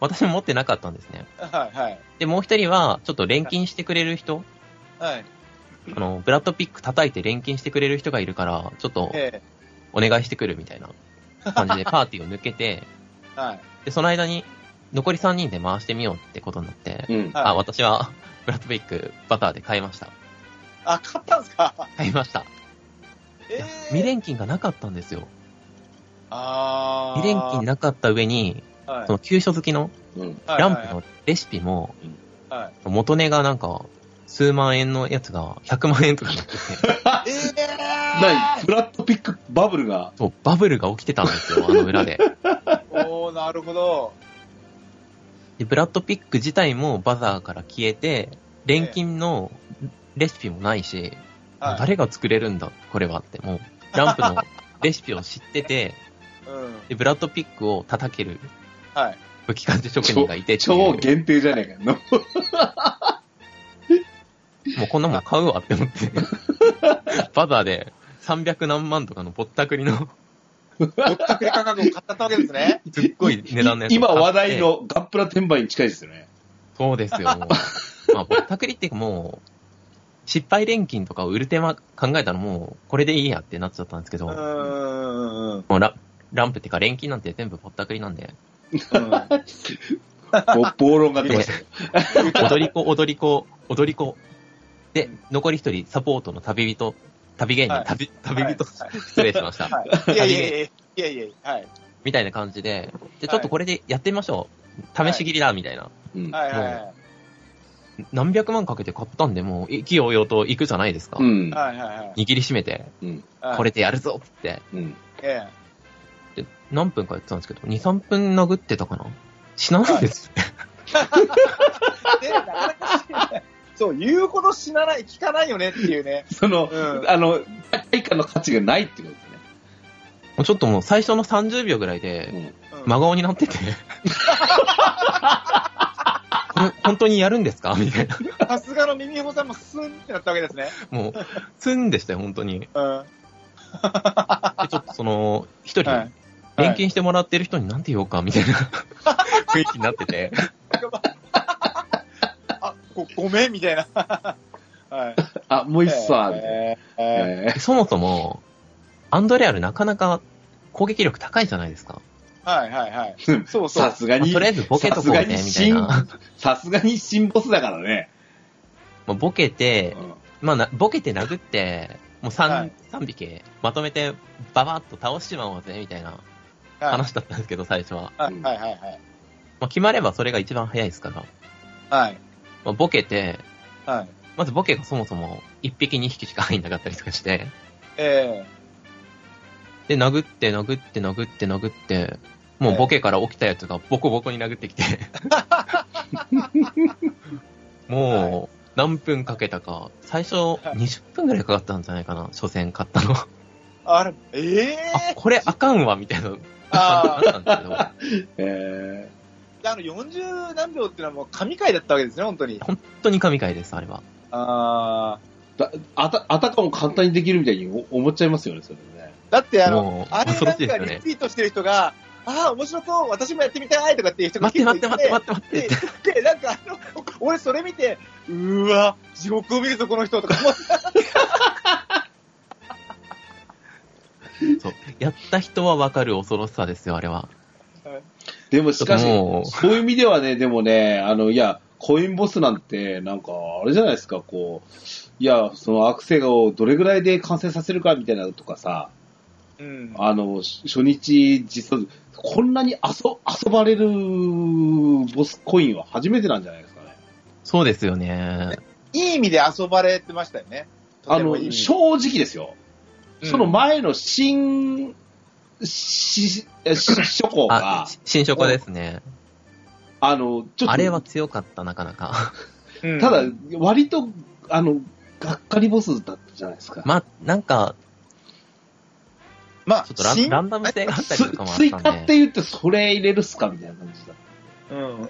A: 私も持ってなかったんですね。
B: はいはい
A: で、もう1人は、ちょっと錬金してくれる人、
B: はい。
A: あの、ブラッドピック叩いて錬金してくれる人がいるから、ちょっと
B: え
A: お願いしてくるみたいな感じでパーティーを抜けて、
B: えはい。
A: で、その間に残り3人で回してみようってことになって、
C: うん。
B: はい
A: あ、私は ブラッドピックバターで買いました。
B: あ、買ったんすか
A: 買いました。
B: え
A: 未錬金がなかったんですよ。
B: あー
A: 未錬金なかった上に、
B: はい
A: その急所好きの
C: うん。
B: はい
A: ラ
B: はい
A: ンプのレシピも、
B: はい
A: 元値がなんか、数万円のやつが100万円とかになって て、
B: え
C: 何フラットピックバブルが、
A: そうバブルが起きてたんですよ、あの裏で。
B: ー、おー、なるほど。
A: で、ブラッドピック自体もバザーから消えて、錬金のレシピもないし、
B: はい、
A: 誰が作れるんだ、これはって、もう、ランプのレシピを知ってて、
B: うん。
A: で、ブラッドピックを叩ける
B: はい。
A: 武器鑑定職人がいてっていう
C: 超限定じゃねえかよ。
A: もうこんなもん買うわって思って。バザーで300何万とかのぼったくりの
B: ぼったくり価格を買っちゃったわけですね。
A: すっごい値段のやつを買って
C: 今話題。のガップラ転売に近いで すよね。
A: そうですよ。もうまあぼったくりっていうかもう、失敗錬金とかを売る手間考えたらもう、これでいいやってなっちゃったんですけ
B: う
A: ど、も
B: ーん。うん
A: うラランプっていうか錬金なんて全部ぼったくりなんで、
C: ぼ暴論が出ましたよ。
A: 踊り子、踊り子、踊り子。で
B: うん、
A: 残り一人サポートの旅人、旅芸人、
B: はい
A: 旅旅人、
B: はい
A: 失礼しました。
B: はい。いやいやいやいやいやいや、はい。
A: みたいな感じで、で、
B: はい
A: ちょっとこれでやってみましょう。試し切りだ、みたいな。
C: うん。
B: はいはいはい。
A: 何百万かけて買ったんで、もう、意気揚々と行くじゃないですか。
C: うん。
B: はいはいはい
A: 握りしめて、
B: はい。
A: これでやるぞっつって。
C: うん。
B: え
A: で、何分かやってたんですけど、2、3分殴ってたかな死なないです。
B: え。で、なかなか知らないそう、言うほど死なない、聞かないよねっていうね。
C: その、
B: うん
C: あの、高いかの価値がないってことですね。
A: もうちょっともう最初の30秒ぐらいで、
B: うん
A: 真顔になって て。これ本当にやるん ですかみたいな。
B: さすがの耳ほさんもスンってなったわけですね。
A: もう、ツンでしたよ、本当に。で、
B: う
A: ち
B: ん。
A: ょっとその、一人、
B: はい
A: 錬金してもらってる人になんて言おうか、み たいな雰囲気になってて。
B: あ、ごごめん、みたいな。はい。
C: あ、もう一つあ
B: え
C: る。
B: ー
C: え
B: え
C: ー
A: そもそも、アンドレアルなかなか攻撃力高いじゃないですか。
B: ーはいはいはい。そうそう
C: さ。すが
A: まあ
C: に
A: とり、あえずボケとこ
C: さ
A: う
C: すが
A: ね、み
C: に
A: たい
C: 新
A: な。、
C: さすがに新ボスだからね。
A: もうボケて、
C: う
A: まあな、ボケて殴って、もう3、
B: はい
A: 三匹まとめてババッと倒しちまおうぜ、みたいな
B: はい
A: 話だったんですけど、最初は。
B: はいはいはいはい。
A: まあ、決まればそれが一番早いですから。
B: はい。
A: まあ、ボケて、
B: はい。
A: まずボケがそもそも1匹2匹しか入んなかったりとかして、
B: え
A: で、殴って殴って殴って殴って、もうボケから起きたやつがボコボコに殴ってきて。もう、何分かけたか、最初20分くらいかかったんじゃないかな、初戦買ったの。あ、
B: ー、あれ、ええ
A: これあかんわ、みたいな感
B: あ
A: じだったんですけど、
C: んえ
B: あの、40何秒っていうのはもう神回だったわけですね、本当に。
A: 本当に神回です、あれは。
B: あー
C: ーだあた、あたかも簡単にできるみたいにお思っちゃいますよね、それね。
B: だって、あ
A: も
B: の
A: う、
B: あれなん
A: 恐ろ
B: か
A: しい
B: リ
A: ですよね
B: ピートしてる人が、ああ、面白そう、私もやってみたいとかっていう人が
A: 待って
B: 結構
A: 待
B: い
A: って待って待って待って
B: でで、なんかあの、俺それ見て、うーわ、地獄を見るぞ、この人とか思って。
A: そう。やった人はわかる恐ろしさですよ、あれは。
C: でもしかし、
A: もう
C: そういう意味ではね、でもね、あの、いや、コインボスなんて、なんか、あれじゃないですか、こう、いや、そのアクセをどれぐらいで完成させるかみたいなのとかさ、
B: うん。
C: あの、し初日、実装、こんなに遊遊ばれるボスコインは初めてなんじゃないですかね。
A: そうですよね。
B: いい意味で遊ばれてましたよね。と
C: あ
B: ても
C: の
B: いい意、味
C: 正直ですよ。
B: うん
C: その前の新、し、えし初行が
A: あ、、し新色ですね。
C: あの、ちょっと、
A: あれは強かった、なかなか。
B: うん
C: ただ、割と、あの、がっかりボスだったじゃないですか。
A: まあ、なんか、
B: まあ、
A: ちょっとラン
B: 新
A: ランダム性があったりとかもあ
C: スイ
A: った
C: カっ
A: ん
C: て
A: で。
C: 言ってそれ入れるっすかみたいな感じだ。
B: うん。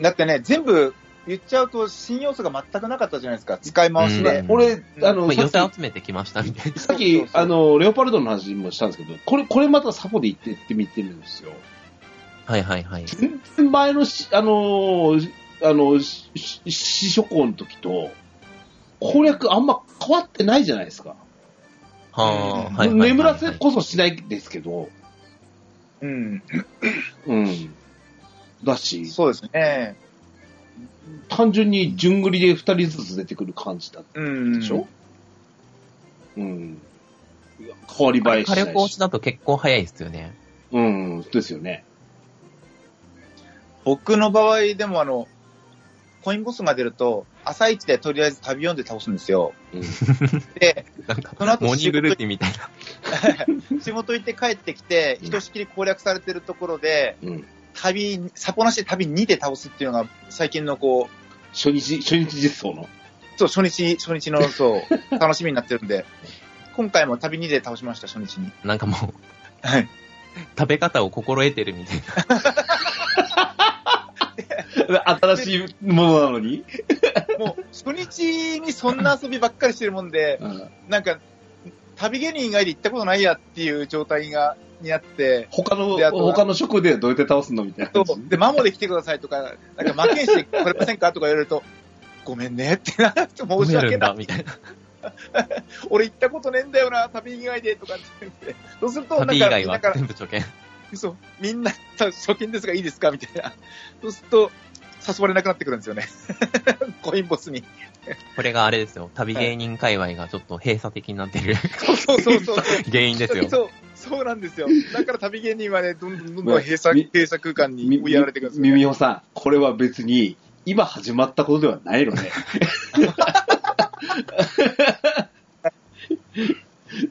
B: だってね、全部言っちゃうと新要素が全くなかったじゃないですか。使い回しで。
A: うん
C: 俺、あの、
A: まあ、
C: さ
A: 寄
C: っき
A: せ集めてきましたみたいな。
C: さっき
B: そうそうそう
C: あの、レオパルドの話もしたんですけど、これ、これまたサポで言って、言ってみてるんですよ。
A: はいはいはい。
C: 全然前のし、あのー、あの、しし試書校の時と、攻略あんま変わってないじゃないですか。
A: はあ、はいはいはいはい。
C: 眠らせこそしないですけど、
B: うん。
C: うん。だし、
B: そうですね。
C: 単純に順繰りで二人ずつ出てくる感じだっ
B: うん。
C: たでしょ、うん、変わり映えし
A: 火
C: ないし。
A: 力落ちだと結構早いですよね。
C: うん、ですよね。
B: 僕の場合でもあの、コインボスが出ると、朝一でとりあえず旅読んで倒すんですよ。
C: うん
B: で、
A: なんか、
B: その後
A: モーニングルーティンみたいな。
B: 仕事行って帰ってきて、
C: うん
B: ひとしきり攻略されてるところで、
C: うん。
B: 旅、サポなしで旅2で倒すっていうのが、最近のこう、
C: 初日、初日実 装の。
B: そう、初日、初日の、そう、楽しみになってるんで、今回も旅2で倒しました、初日に。
A: なんかもう、
B: はい。
A: 食べ方を心得てるみたいな。
C: 新しいものなのに。
B: もう、初日にそんな遊びばっかりしてるもんで、
C: うん
B: なんか、旅芸人以外で行ったことないやっていう状態が、になって、
C: 他の
B: であ、とは
C: 他の職でどうやって倒すのみたいな
B: そう
C: 感じ。
B: で、マモで来てくださいとか、なんか、負けんしてくれませんかとか言われると、ごめんねってなって、申し
A: 褒める
B: 訳
A: ん
B: な
A: だ、
B: い。
A: みたいな。
B: 俺行ったことねえんだよな、旅以外でとかって言って。そうすると、なんか、
A: 旅以外
B: みんな
A: は
B: から
A: 全部初見。
B: そう、みんな、初見ですがいいですかみたいな。そうすると、誘われなくなってくるんですよね。 コインボスに。
A: これがあれですよ。旅芸人界隈がちょっと閉鎖的になってる
B: そうそうそうそう。
A: 原因ですよ。
B: そう、そうなんですよ。だから旅芸人はね、どんどんどんどん閉鎖、
C: み
B: 閉鎖空間に
C: み
B: 追いやられていくんですよ、
C: みみ
B: ね。
C: みほさん、これは別に、今始まったことではな いのね。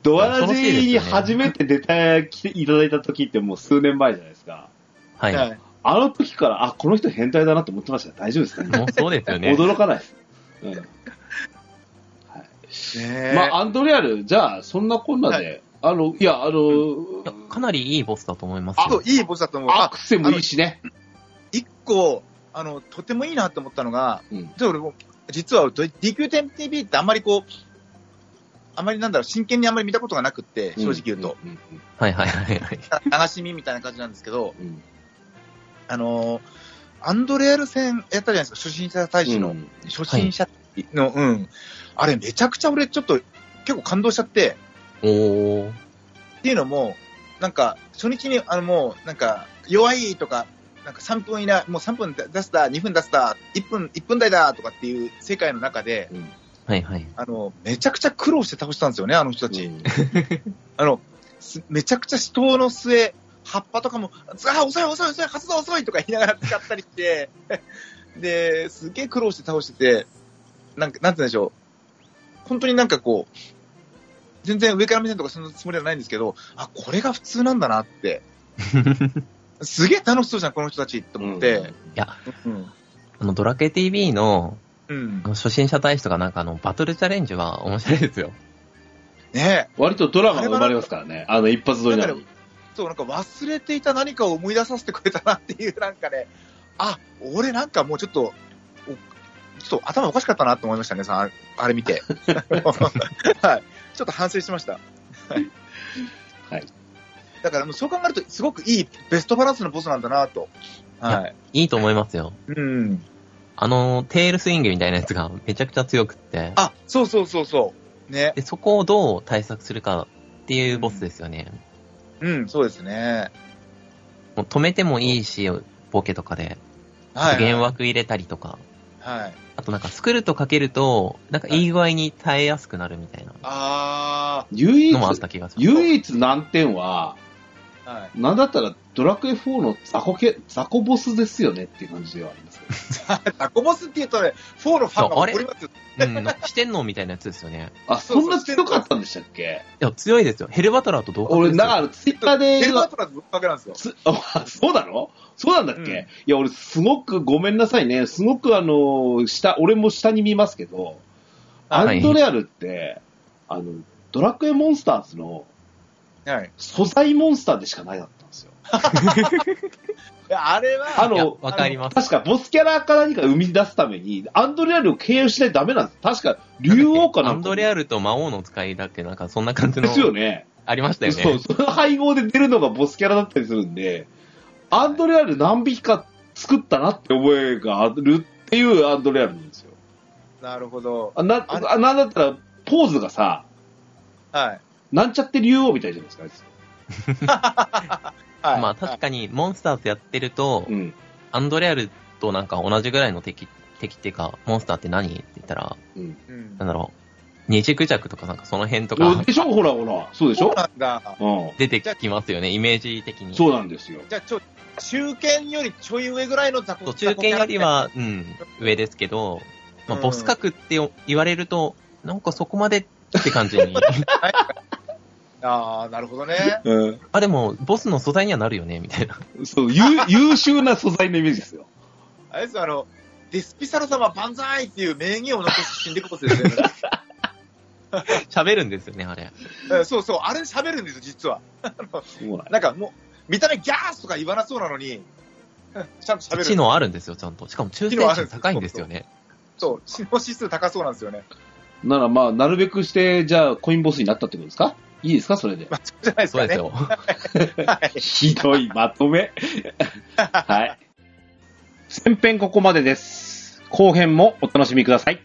C: ドアラジーに初めて出てきていただいた時ってもう数年前じゃないですか。
A: はい。
B: はい。
C: あの時から、あ、この人変態だなと思ってましたよ大丈夫ですか、
A: もうそうですよね。
C: 驚かないです。うん
B: ねえ
C: まあ、アンドレアル、じゃあ、そんなこんなで、あの、いや、あの
A: いや、かなりいいボスだと思います
B: そう
A: よ。
B: いいボスだと思う。
C: ア
B: あ、
C: クセもいいしね。
B: 一個、あの、とてもいいなと思ったのが、
C: うん
B: で俺も、実は DQ10TV ってあんまりこう、あまりなんだろう、真剣にあんまり見たことがなくって、正直言うと。。
C: んうん
A: はいはいはいはい。
B: 流し見みたいな感じなんですけど、
C: うん
B: あのーアンドレアル戦やったじゃないですか、初心者大使の。
C: うん
B: 初心者の、うん。あれ、めちゃくちゃ俺、ちょっと結構感動しちゃって、
A: おー。
B: っていうのも、なんか、初日に、あの、もう、なんか、弱いとか、なんか3分以内、もう3分出すだ、2分出すだ、1分、1分台だとかっていう世界の中で、
A: はいはい。
B: あの、めちゃくちゃ苦労して倒したんですよね、あの人たち。あの、すめちゃくちゃ死闘の末、葉っぱとかも、あー、遅い遅い遅い、発動遅いとか言いながら使ったりして、 で、すげえ苦労して倒してて、なんか、なんて言うんでしょう。本当になんかこう、全然上から目線とかそのつもりはないんですけど、あ、これが普通なんだなって。 すげえ楽しそうじゃん、この人たちって思って。うん。
A: あの、ドラケ TV の
B: うん
A: あ。の初心者大使とかなんかあの、バトルチャレンジは面白いですよ。
B: ねえ。
C: 割とドラマが生まれますからね。あの、一発撮りなのに。
B: そう、なんか忘れていた何かを思い出させてくれたなっていう、なんかね、あ、俺なんかもうちょっと、おちょっと頭おかしかったなと思いましたね、さああれ見て。はい。ちょっと反省しました。はい
C: はい。
B: だからもうそう考えると、すごくいいベストバランスのボスなんだなと。はい。
A: いいと思いますよ。
B: うん。
A: あの、テールスイングみたいなやつがめちゃくちゃ強くって。
B: あ、そうそうそうそう。ね。
A: で、そこをどう対策するかっていうボスですよね。
B: うん、そうですね。
A: もう止めてもいいし、ボケとかで。
B: はい。
A: 幻惑入れたりとか。
B: はい。
A: あとなんかスクルとかけると、なんかいい具合に耐えやすくなるみたいな
B: あ
C: 唯一
A: のもあ、った気がします。
C: 唯一難点は、
B: ー。はい。
C: なんだったらドラクエ4の雑魚け、雑魚ボスですよねっていう感じではありますけど。
B: タコボスって言うとね、4のファンが怒りますよ。
A: うん、なんかしてんのみたいなやつですよね。
C: あ、そんな強かったんでしたっけ
A: いや、強いですよ。ヘルバトラーと同格
C: 俺、
A: です
C: だ
A: よ。
C: からツイッターで
B: テルバートラーズぶっかけなんですよ。
C: つあそうなのそうなんだっけ、
B: うん
C: いや、俺、すごくごめんなさいね。すごく、あの、下、俺も下に見ますけど、
A: は
C: ア
A: い
C: ンドレアルって、あの、ドラクエモンスターズの
B: はい。
C: 素材モンスターでしかないだったん ですよ。
B: あれは、
C: あ
A: いや、
C: の、
A: わかります。
C: 確かボスキャラか何か生み出すために、アンドレアルを経由しないとダメなんです。確か、竜王かな
A: ア
C: ん
A: ン
C: か。
A: ドレアルと魔王の使いだっけなんかそんな感じ
C: で
A: の、
C: すよね。
A: ありましたよね。
C: そう、その配合で出るのがボスキャラだったりするんで、アンドレアル何匹か作ったなって覚えがあるっていうアンドレアルなんですよ。
B: なるほど。
C: あな、
B: あれ
C: あなんだったら、ポーズがさ、
B: はい。
C: なんちゃって竜王みたいじゃないですかあいつ。
B: はい。
A: まあ確かにモンスターズやってると、
C: うん。
A: アンドレアルとなんか同じぐらいの敵、敵っていうか、モンスターって何って言ったら、
C: うん。
B: うん
A: なんだろう、二軸弱とかなんかその辺と
C: お
A: か
C: でしょほらほら。そうでし
B: そ
C: ょ
B: うなんだ。
C: う
A: 出てきますよね、イメージ的
C: ん。
A: に。
C: そうなんですよ。
B: じゃあ、ちょ、中堅よりちょい上ぐらいの雑魚
A: 途中堅より、は、うん、上ですけど、まあ、
B: うん
A: ボス格ってよ言われると、なんかそこまでって感じに。
B: ああー、なるほどね。
C: うん。
A: あ、でも、ボスの素材にはなるよね、みたいな。
C: そう、優 優秀な素材のイメージですよ。
B: あれですよあの、デスピサロ様万歳っていう名言を残して死んでいくことですよね。
A: 喋るんですよね、あれ。
B: うんそうそう、あれ喋るんですよ、実は。
C: そうなん
B: なんかもう、見た目ギャースとか言わなそうなのに、ちゃんと喋る。
A: 知能あるんですよ、ちゃんと。しかも中性
B: 知能あ
A: 値
B: るんです
A: 高いんですよね。
B: そう、知能指数高そうなんですよね。
C: ならまあ、なるべくして、じゃあ、コインボスになったってことですかいいですかそれで。
B: まあ、そうじゃないです
A: そう
B: か
A: です
B: ね。
A: よ。
C: ひどいまと め。はい。先編ここまでです。後編もお楽しみください。